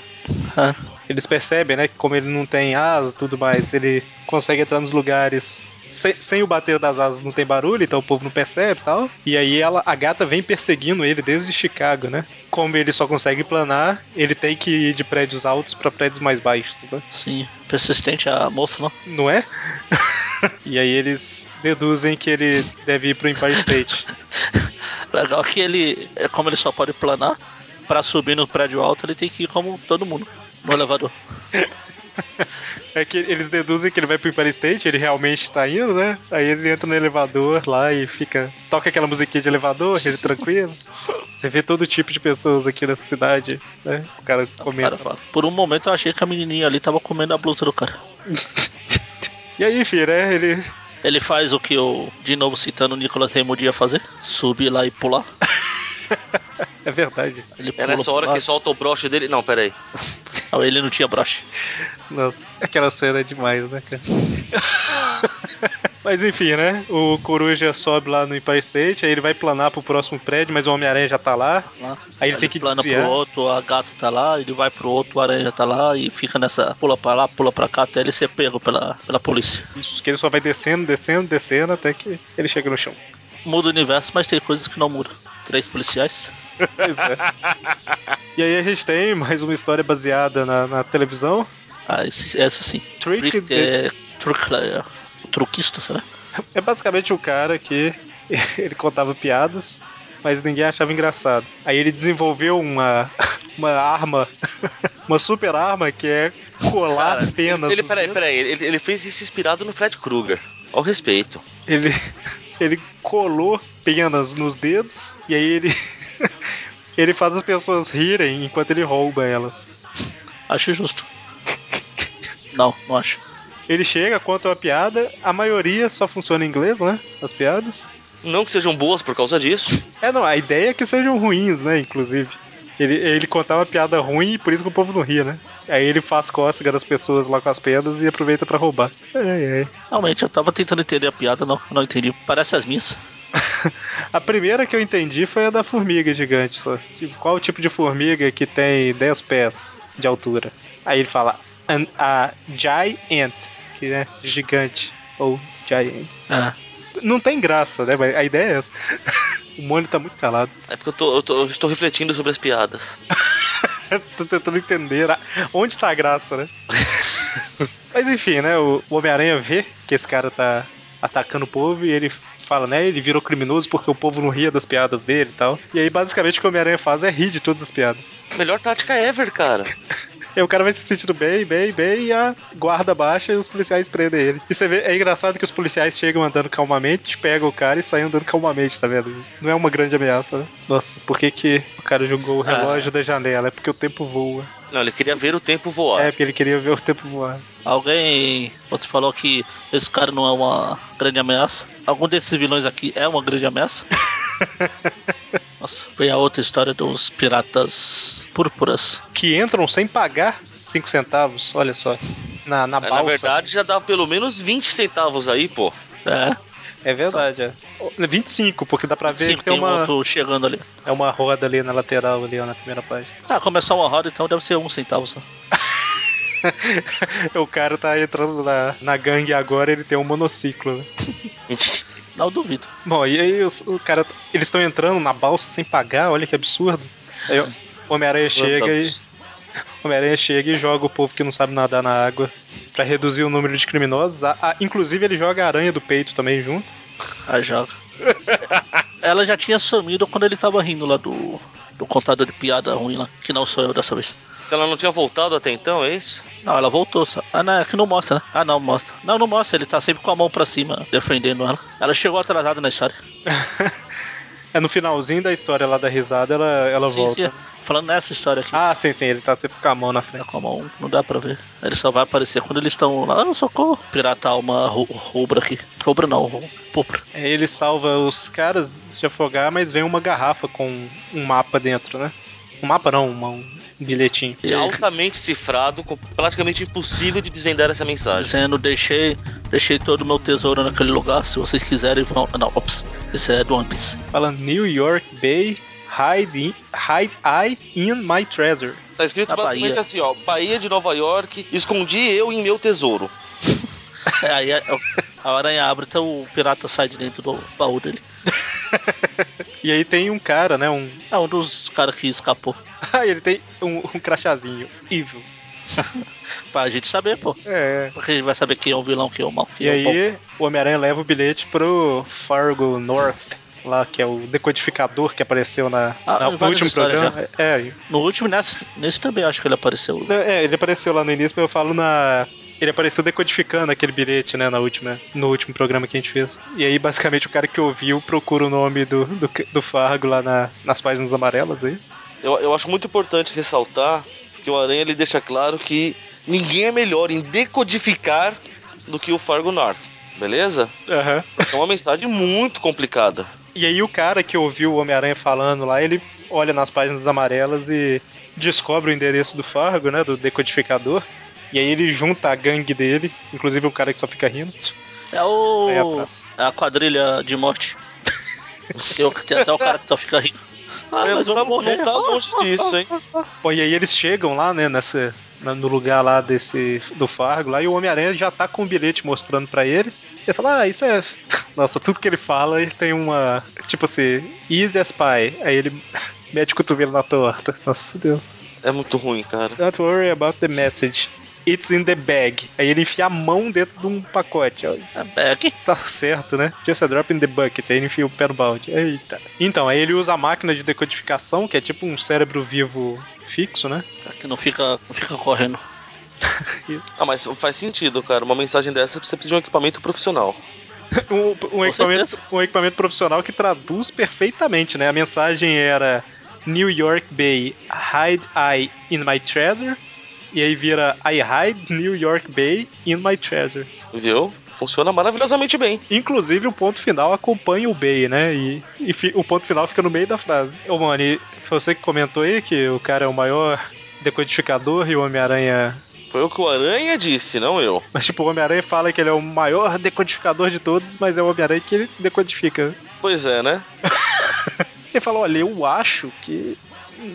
[SPEAKER 3] É.
[SPEAKER 1] Eles percebem, né? Que como ele não tem asa e tudo mais, ele consegue entrar nos lugares. Sem, sem o bater das asas não tem barulho, então o povo não percebe e tal. E aí ela, a gata vem perseguindo ele desde Chicago, né? Como ele só consegue planar, ele tem que ir de prédios altos pra prédios mais baixos, né?
[SPEAKER 3] Sim, persistente a moça, não?
[SPEAKER 1] Não é? e aí eles deduzem que ele deve ir pro Empire State.
[SPEAKER 3] Legal que ele, é, como ele só pode planar, pra subir no prédio alto ele tem que ir como todo mundo, no elevador.
[SPEAKER 1] É que eles deduzem que ele vai pro Empire State, ele realmente tá indo, né? Aí ele entra no elevador lá e fica. Toca aquela musiquinha de elevador, ele tranquilo. Você vê todo tipo de pessoas aqui nessa cidade, né? O cara comenta.
[SPEAKER 3] Cara, cara, por um momento eu achei que a menininha ali tava comendo a blusa do cara.
[SPEAKER 1] E aí, filho, né? Ele.
[SPEAKER 3] Ele faz o que eu, de novo citando o Nicolas Raymond ia fazer, subir lá e pular.
[SPEAKER 1] É verdade.
[SPEAKER 3] Ele
[SPEAKER 4] É
[SPEAKER 3] pula
[SPEAKER 4] nessa hora
[SPEAKER 3] pro
[SPEAKER 4] que
[SPEAKER 3] lado.
[SPEAKER 4] solta o broche dele. Não, pera aí.
[SPEAKER 3] Não, ele não tinha broche.
[SPEAKER 1] Nossa, aquela cena é demais, né, cara? mas enfim, né? O Coruja sobe lá no Empire State, aí ele vai planar pro próximo prédio, mas o Homem-Aranha já tá lá.
[SPEAKER 3] Lá.
[SPEAKER 1] Aí ele tem que
[SPEAKER 3] plana
[SPEAKER 1] desviar.
[SPEAKER 3] pro outro, a gata tá lá, ele vai pro outro, a aranha tá lá e fica nessa pula pra lá, pula pra cá até ele ser pego pela, pela polícia.
[SPEAKER 1] Isso, que ele só vai descendo, descendo, descendo até que ele chega no chão.
[SPEAKER 3] Muda o universo, mas tem coisas que não mudam. Três policiais.
[SPEAKER 1] Pois é. e aí a gente tem mais uma história baseada na, na televisão.
[SPEAKER 3] Ah, esse, essa sim.
[SPEAKER 1] Trick
[SPEAKER 3] Trick,
[SPEAKER 1] the-
[SPEAKER 3] é, truque, é, o truquista, será?
[SPEAKER 1] É basicamente o cara que ele contava piadas, mas ninguém achava engraçado. Aí ele desenvolveu uma, uma arma, uma super arma que é colar penas.
[SPEAKER 4] Ele,
[SPEAKER 1] nos
[SPEAKER 4] peraí,
[SPEAKER 1] dedos.
[SPEAKER 4] peraí. Ele, ele fez isso inspirado no Fred Krueger. Ao respeito.
[SPEAKER 1] ele, ele colou penas nos dedos e aí ele, ele faz as pessoas rirem enquanto ele rouba elas.
[SPEAKER 3] Acho justo. Não, não acho.
[SPEAKER 1] Ele chega, conta uma piada, a maioria só funciona em inglês, né? As piadas.
[SPEAKER 4] Não que sejam boas por causa disso.
[SPEAKER 1] É, não, a ideia é que sejam ruins, né? Inclusive. Ele, ele contar uma piada ruim e por isso que o povo não ria, né? Aí ele faz cócega das pessoas lá com as pedras e aproveita pra roubar. Ai, ai.
[SPEAKER 3] Realmente, eu tava tentando entender a piada, não, não entendi. Parece as minhas.
[SPEAKER 1] A primeira que eu entendi foi a da formiga gigante. Só. Tipo, Qual o tipo de formiga que tem 10 pés de altura? Aí ele fala an, a giant, que é gigante. Ou giant.
[SPEAKER 3] É.
[SPEAKER 1] Não tem graça, né? Mas a ideia é essa. o Mônio tá muito calado.
[SPEAKER 4] É porque eu, tô, eu, tô- eu estou refletindo sobre as piadas.
[SPEAKER 1] Tô tentando entender a- onde tá a graça, né? Mas enfim, né? O o Homem-Aranha vê que esse cara tá atacando o povo e ele fala, né? Ele virou criminoso porque o povo não ria das piadas dele e tal. E aí, basicamente, o que o Homem-Aranha faz é rir de todas as piadas.
[SPEAKER 4] Melhor tática ever, cara.
[SPEAKER 1] E aí o cara vai se sentindo bem, bem, bem, e a guarda baixa e os policiais prendem ele. E você vê, é engraçado que os policiais chegam andando calmamente, pegam o cara e saem andando calmamente, tá vendo? Não é uma grande ameaça, né? Nossa, por que, que o cara jogou o
[SPEAKER 3] Ah.
[SPEAKER 1] relógio da janela? É porque o tempo voa.
[SPEAKER 4] Não, ele queria ver o tempo voar.
[SPEAKER 1] É, porque ele queria ver o tempo voar.
[SPEAKER 3] Alguém. Você falou que esse cara não é uma grande ameaça. Algum desses vilões aqui é uma grande ameaça? Nossa, vem a outra história dos piratas púrpuras.
[SPEAKER 1] Que entram sem pagar 5 centavos, olha só. Na, na
[SPEAKER 4] Mas,
[SPEAKER 1] balsa.
[SPEAKER 4] É, na verdade, já dá pelo menos 20 centavos aí, pô.
[SPEAKER 3] É,
[SPEAKER 1] É verdade, é. Ó, 25, porque dá pra ver
[SPEAKER 3] sim,
[SPEAKER 1] que tem
[SPEAKER 3] tem um
[SPEAKER 1] uma,
[SPEAKER 3] outro chegando ali.
[SPEAKER 1] é uma roda ali na lateral, ali ó, na primeira página.
[SPEAKER 3] Tá, começar uma roda, então deve ser um centavo só.
[SPEAKER 1] o cara tá entrando na, na gangue agora, ele tem um monociclo, né?
[SPEAKER 3] Não duvido.
[SPEAKER 1] Bom, e aí os- o cara. Eles estão entrando na balsa sem pagar, olha que absurdo. Aí o Homem-Aranha chega e. Homem-Aranha chega e joga o povo que não sabe nadar na água pra reduzir o número de criminosos. A- a- inclusive ele joga a aranha do peito também junto.
[SPEAKER 3] A joga. Ela já tinha sumido quando ele tava rindo lá do, do contador de piada ruim lá, que não sou eu dessa vez.
[SPEAKER 4] Então ela não tinha voltado até então, é isso?
[SPEAKER 3] Não, ela voltou. Só. Ah, não, é que não mostra, né? Ah, não, mostra. Não, não mostra. Ele tá sempre com a mão pra cima, defendendo ela. Ela chegou atrasada na história.
[SPEAKER 1] É no finalzinho da história lá da risada, ela, ela
[SPEAKER 3] sim,
[SPEAKER 1] volta. né?
[SPEAKER 3] sim. Falando nessa história aqui.
[SPEAKER 1] Ah, sim, sim, ele tá sempre com a mão na
[SPEAKER 3] Tá
[SPEAKER 1] frente.
[SPEAKER 3] com a mão, não dá pra ver. Ele só vai aparecer quando eles estão lá. Ah, socorro. Piratar uma ru- rubra aqui. Rubra não, ru- púrpura.
[SPEAKER 1] É, Ele salva os caras de afogar, mas vem uma garrafa com um mapa dentro, né? Um mapa não, uma- um bilhetinho.
[SPEAKER 3] E
[SPEAKER 4] É
[SPEAKER 3] aí,
[SPEAKER 4] altamente cifrado, com- praticamente impossível de desvendar essa mensagem.
[SPEAKER 3] Dizendo, deixei, deixei todo o meu tesouro naquele lugar. Se vocês quiserem, vão. Não, ops. Esse é do One Piece.
[SPEAKER 1] Fala New York Bay, hide, in- hide I in my treasure.
[SPEAKER 4] Tá escrito
[SPEAKER 3] Na
[SPEAKER 4] basicamente
[SPEAKER 3] Bahia.
[SPEAKER 4] assim, ó. Bahia de Nova York, escondi eu em meu tesouro.
[SPEAKER 3] É, aí a, a aranha abre, então o pirata sai de dentro do baú dele.
[SPEAKER 1] E aí tem um cara, né? Um.
[SPEAKER 3] É um dos caras que escapou.
[SPEAKER 1] Ah, ele tem um, um crachazinho. Evil.
[SPEAKER 3] Pra gente saber, pô.
[SPEAKER 1] É.
[SPEAKER 3] Porque a gente vai saber quem é o vilão, quem é o mal. Quem
[SPEAKER 1] E
[SPEAKER 3] é o bom.
[SPEAKER 1] aí o Homem-Aranha leva o bilhete pro Fargo North, lá que é o decodificador que apareceu na,
[SPEAKER 3] Ah,
[SPEAKER 1] na-
[SPEAKER 3] em
[SPEAKER 1] no
[SPEAKER 3] várias
[SPEAKER 1] último
[SPEAKER 3] histórias
[SPEAKER 1] programa. É,
[SPEAKER 3] No último, nesse, nesse também acho que ele apareceu.
[SPEAKER 1] Não, É, ele apareceu lá no início, mas eu falo na. Ele apareceu decodificando aquele bilhete, né, na última, no último programa que a gente fez. E aí, basicamente, o cara que ouviu procura o nome do, do, do Fargo lá na- nas páginas amarelas é aí.
[SPEAKER 4] Eu, eu acho muito importante ressaltar que o Aranha ele deixa claro que ninguém é melhor em decodificar do que o Fargo North, beleza?
[SPEAKER 1] Aham.
[SPEAKER 4] É uma mensagem muito complicada.
[SPEAKER 1] E aí, o cara que ouviu o Homem-Aranha falando lá, ele olha nas páginas amarelas e descobre o endereço do Fargo, né, do decodificador. E aí, ele junta a gangue dele, inclusive o cara que só fica rindo.
[SPEAKER 3] É o.
[SPEAKER 1] É a praça.
[SPEAKER 3] É a quadrilha de morte. Eu, tem até o cara que só fica rindo. Ah,
[SPEAKER 4] É,
[SPEAKER 3] mas
[SPEAKER 4] não,
[SPEAKER 3] eu
[SPEAKER 4] tá,
[SPEAKER 3] vou morrer.
[SPEAKER 4] não tá longe disso, hein?
[SPEAKER 1] Pô, e aí eles chegam lá, né, nessa, na- no lugar lá desse do Fargo lá, e o Homem-Aranha já tá com o bilhete mostrando pra ele. Ele fala, ah, isso é. Nossa, tudo que ele fala, ele tem uma. Tipo assim, easy as pie. Aí ele mete o cotovelo na torta. Nossa Deus.
[SPEAKER 4] É muito ruim, cara.
[SPEAKER 1] Don't worry about the message. It's in the bag. Aí ele enfia a mão dentro de um pacote. ó.
[SPEAKER 3] É aqui.
[SPEAKER 1] Tá certo, né? Just a drop in the bucket. Aí ele enfia o pé no balde. Eita. Então, aí ele usa a máquina de decodificação, que é tipo um cérebro vivo fixo, né?
[SPEAKER 3] Aqui não fica, não fica correndo.
[SPEAKER 4] Ah, mas faz sentido, cara. Uma mensagem dessa você precisa de um equipamento profissional.
[SPEAKER 1] um, um equipamento,
[SPEAKER 3] certeza.
[SPEAKER 1] um equipamento profissional que traduz perfeitamente, né? A mensagem era New York Bay, hide I in my treasure. E aí vira I hide New York Bay in my treasure.
[SPEAKER 4] Viu? Funciona maravilhosamente bem.
[SPEAKER 1] Inclusive o ponto final acompanha o Bay, né? E, e fi- o ponto final fica no meio da frase. Ô Mani, foi você que comentou aí que o cara é o maior decodificador e o Homem-Aranha.
[SPEAKER 4] Foi o que o Aranha disse, não eu.
[SPEAKER 1] Mas tipo, o Homem-Aranha fala que ele é o maior decodificador de todos, mas é o Homem-Aranha que decodifica.
[SPEAKER 4] Pois é, né?
[SPEAKER 1] Ele fala, olha, eu acho que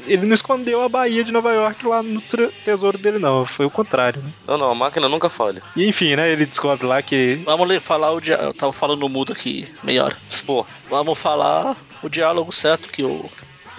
[SPEAKER 1] ele não escondeu a Bahia de Nova York lá no tre- tesouro dele, não. Foi o contrário, né?
[SPEAKER 4] Não, não, a máquina nunca falha.
[SPEAKER 1] E enfim, né? Ele descobre lá que.
[SPEAKER 3] Vamos ler, falar o diálogo. Eu tava falando no mudo aqui, meia hora.
[SPEAKER 4] Pô,
[SPEAKER 3] Vamos falar o diálogo certo que o,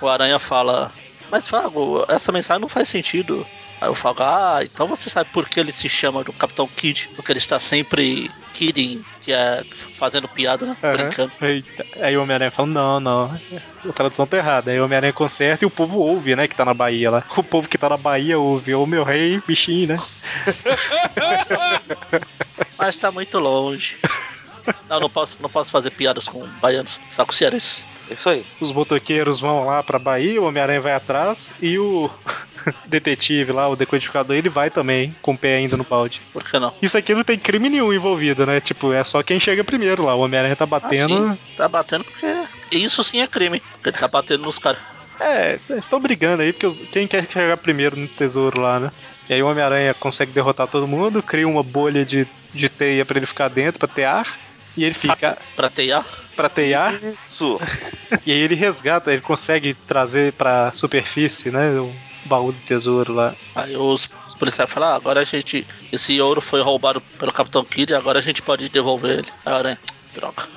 [SPEAKER 3] o Aranha fala. Mas Fago, essa mensagem não faz sentido. Aí eu falo, ah, então você sabe por que ele se chama do Capitão Kid? Porque ele está sempre kidding, que é fazendo piada, né?
[SPEAKER 1] Aham.
[SPEAKER 3] Brincando.
[SPEAKER 1] Eita. Aí o Homem-Aranha fala, não, não. A tradução tá errada. Aí o Homem-Aranha conserta e o povo ouve, né? Que tá na Bahia lá. O povo que tá na Bahia ouve. Ô meu rei, bichinho, né?
[SPEAKER 3] Mas tá muito longe. Não, não posso, não posso fazer piadas com baianos, só com cearenses.
[SPEAKER 4] é isso aí.
[SPEAKER 1] Os motoqueiros vão lá pra Bahia, o Homem-Aranha vai atrás e o detetive lá, o decodificador, ele vai também, com o pé ainda no balde.
[SPEAKER 3] Por que não?
[SPEAKER 1] Isso aqui não tem crime nenhum envolvido, né? Tipo, é só quem chega primeiro lá. O Homem-Aranha tá
[SPEAKER 3] Ah,
[SPEAKER 1] batendo.
[SPEAKER 3] sim, tá batendo porque. Isso sim é crime, porque ele tá batendo nos caras.
[SPEAKER 1] é, eles estão brigando aí, porque os- quem quer chegar primeiro no tesouro lá, né? E aí o Homem-Aranha consegue derrotar todo mundo, cria uma bolha de, de teia pra ele ficar dentro, pra tear. E ele fica
[SPEAKER 3] Pra teiar.
[SPEAKER 1] pra tear,
[SPEAKER 4] Isso.
[SPEAKER 1] e aí ele resgata, ele consegue trazer pra superfície, né? O baú do tesouro lá.
[SPEAKER 3] Aí os, os policiais falam, ah, agora a gente. Esse ouro foi roubado pelo Capitão Kid e agora a gente pode devolver ele. Aí, né? Droga.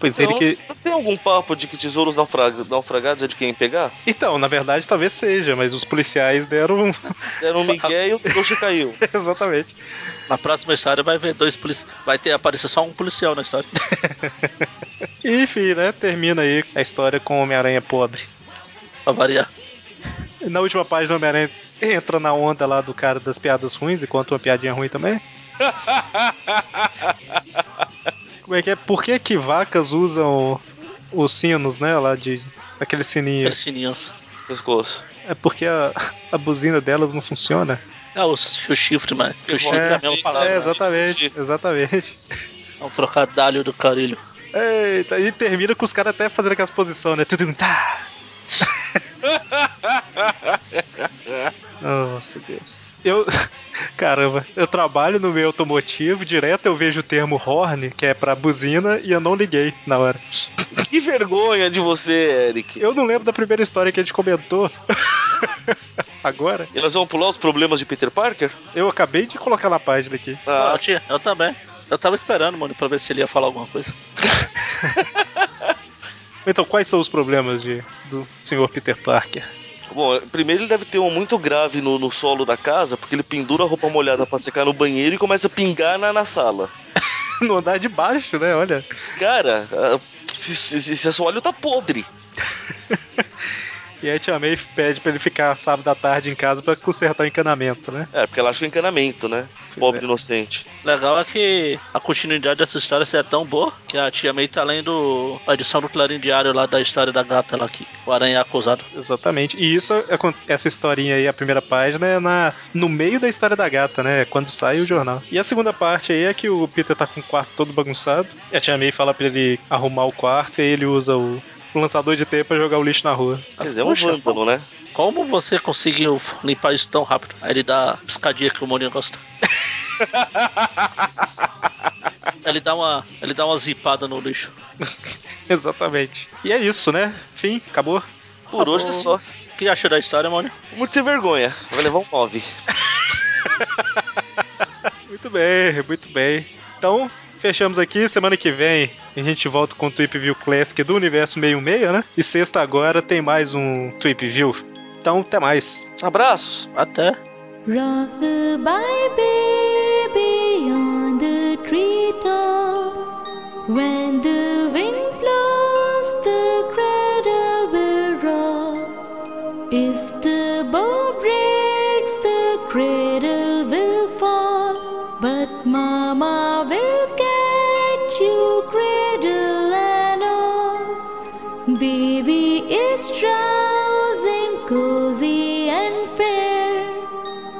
[SPEAKER 1] Pois
[SPEAKER 4] Então,
[SPEAKER 1] ele que.
[SPEAKER 4] Tem algum papo de que tesouros naufrag- naufragados é de quem pegar?
[SPEAKER 1] Então, na verdade, talvez seja, mas os policiais deram.
[SPEAKER 4] Era um Miguel e o trouxa caiu.
[SPEAKER 1] Exatamente.
[SPEAKER 3] Na próxima história vai ver dois policiais. Vai ter aparecer só um policial na história.
[SPEAKER 1] E, Enfim, né? Termina aí a história com o Homem-Aranha pobre.
[SPEAKER 3] pra variar.
[SPEAKER 1] Na última página, o Homem-Aranha entra na onda lá do cara das piadas ruins e conta uma piadinha ruim também. Como é que é? Por que que vacas usam os sinos, né? Lá de. Aquele sininho.
[SPEAKER 3] Aqueles sininhos.
[SPEAKER 4] Pescoço.
[SPEAKER 1] É porque a, a buzina delas não funciona.
[SPEAKER 3] É o, o chifre, mano. Que o chifre é, a mesma palavra.
[SPEAKER 1] é,
[SPEAKER 3] né?
[SPEAKER 1] exatamente,
[SPEAKER 4] Chifre.
[SPEAKER 1] exatamente.
[SPEAKER 3] É um trocadalho do carilho.
[SPEAKER 1] Eita, e termina com os caras até fazendo aquelas posições, né? Tudum, tá. Nossa, Deus. Eu. Caramba, eu trabalho no meio automotivo, direto eu vejo o termo horn, que é pra buzina, e eu não liguei na hora.
[SPEAKER 4] Que vergonha de você, Eric.
[SPEAKER 1] Eu não lembro da primeira história que a gente comentou. Agora,
[SPEAKER 4] E nós vamos pular os problemas de Peter Parker?
[SPEAKER 1] eu acabei de colocar na página aqui.
[SPEAKER 4] Ah,
[SPEAKER 3] Ah, tia, eu também. Eu tava esperando, mano, pra ver se ele ia falar alguma coisa.
[SPEAKER 1] Então, quais são os problemas de, do senhor Peter Parker?
[SPEAKER 4] Bom, primeiro ele deve ter um muito grave no, no solo da casa, porque ele pendura a roupa molhada pra secar no banheiro e começa a pingar na, na sala.
[SPEAKER 1] No andar de baixo, né? Olha.
[SPEAKER 4] Cara, ah, esse, esse, esse assoalho tá podre.
[SPEAKER 1] E aí a Tia May pede pra ele ficar sábado à tarde em casa pra consertar o encanamento, né?
[SPEAKER 4] É, porque ela acha que é encanamento, né? Pobre
[SPEAKER 1] é.
[SPEAKER 4] inocente.
[SPEAKER 3] Legal é que a continuidade dessa história seria tão boa que a tia May tá lendo a edição do Clarim Diário lá da história da gata lá que o aranha é acusado.
[SPEAKER 1] Exatamente. E isso, acon- essa historinha aí, a primeira página, é na, no meio da história da gata, né? Quando sai o jornal. E a segunda parte aí é que o Peter tá com o quarto todo bagunçado. E a Tia May fala pra ele arrumar o quarto e ele usa o, o lançador de teia pra jogar o lixo na rua.
[SPEAKER 4] Quer dizer, é um
[SPEAKER 3] Puxa,
[SPEAKER 4] vândalo, né?
[SPEAKER 3] Como você conseguiu limpar isso tão rápido? Aí ele dá a piscadinha que o Moninho gosta. ele dá uma. Ele dá uma zipada no lixo.
[SPEAKER 1] Exatamente. E é isso, né? Fim, acabou.
[SPEAKER 4] Por hoje é só.
[SPEAKER 3] O que achou da história, Mônio?
[SPEAKER 4] Muito sem vergonha. Vai levar um 9.
[SPEAKER 1] Muito bem, muito bem. Então, fechamos aqui. Semana que vem a gente volta com o Tweep View Classic do Universo 66, né? E sexta agora tem mais um Tweep View. Então, até mais.
[SPEAKER 4] Abraços.
[SPEAKER 3] Até.
[SPEAKER 6] Rock the baby on the treetop. When the wind blows, the cradle will rock. If the bow breaks, the cradle will fall. But Mama will catch you, cradle and all. Baby is drowsing, cozy and fair.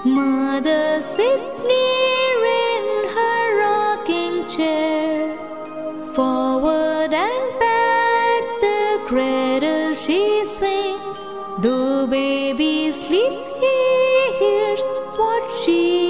[SPEAKER 6] Mother sits near in her rocking chair. Forward and back the cradle she swings. Though baby sleeps, he hears what she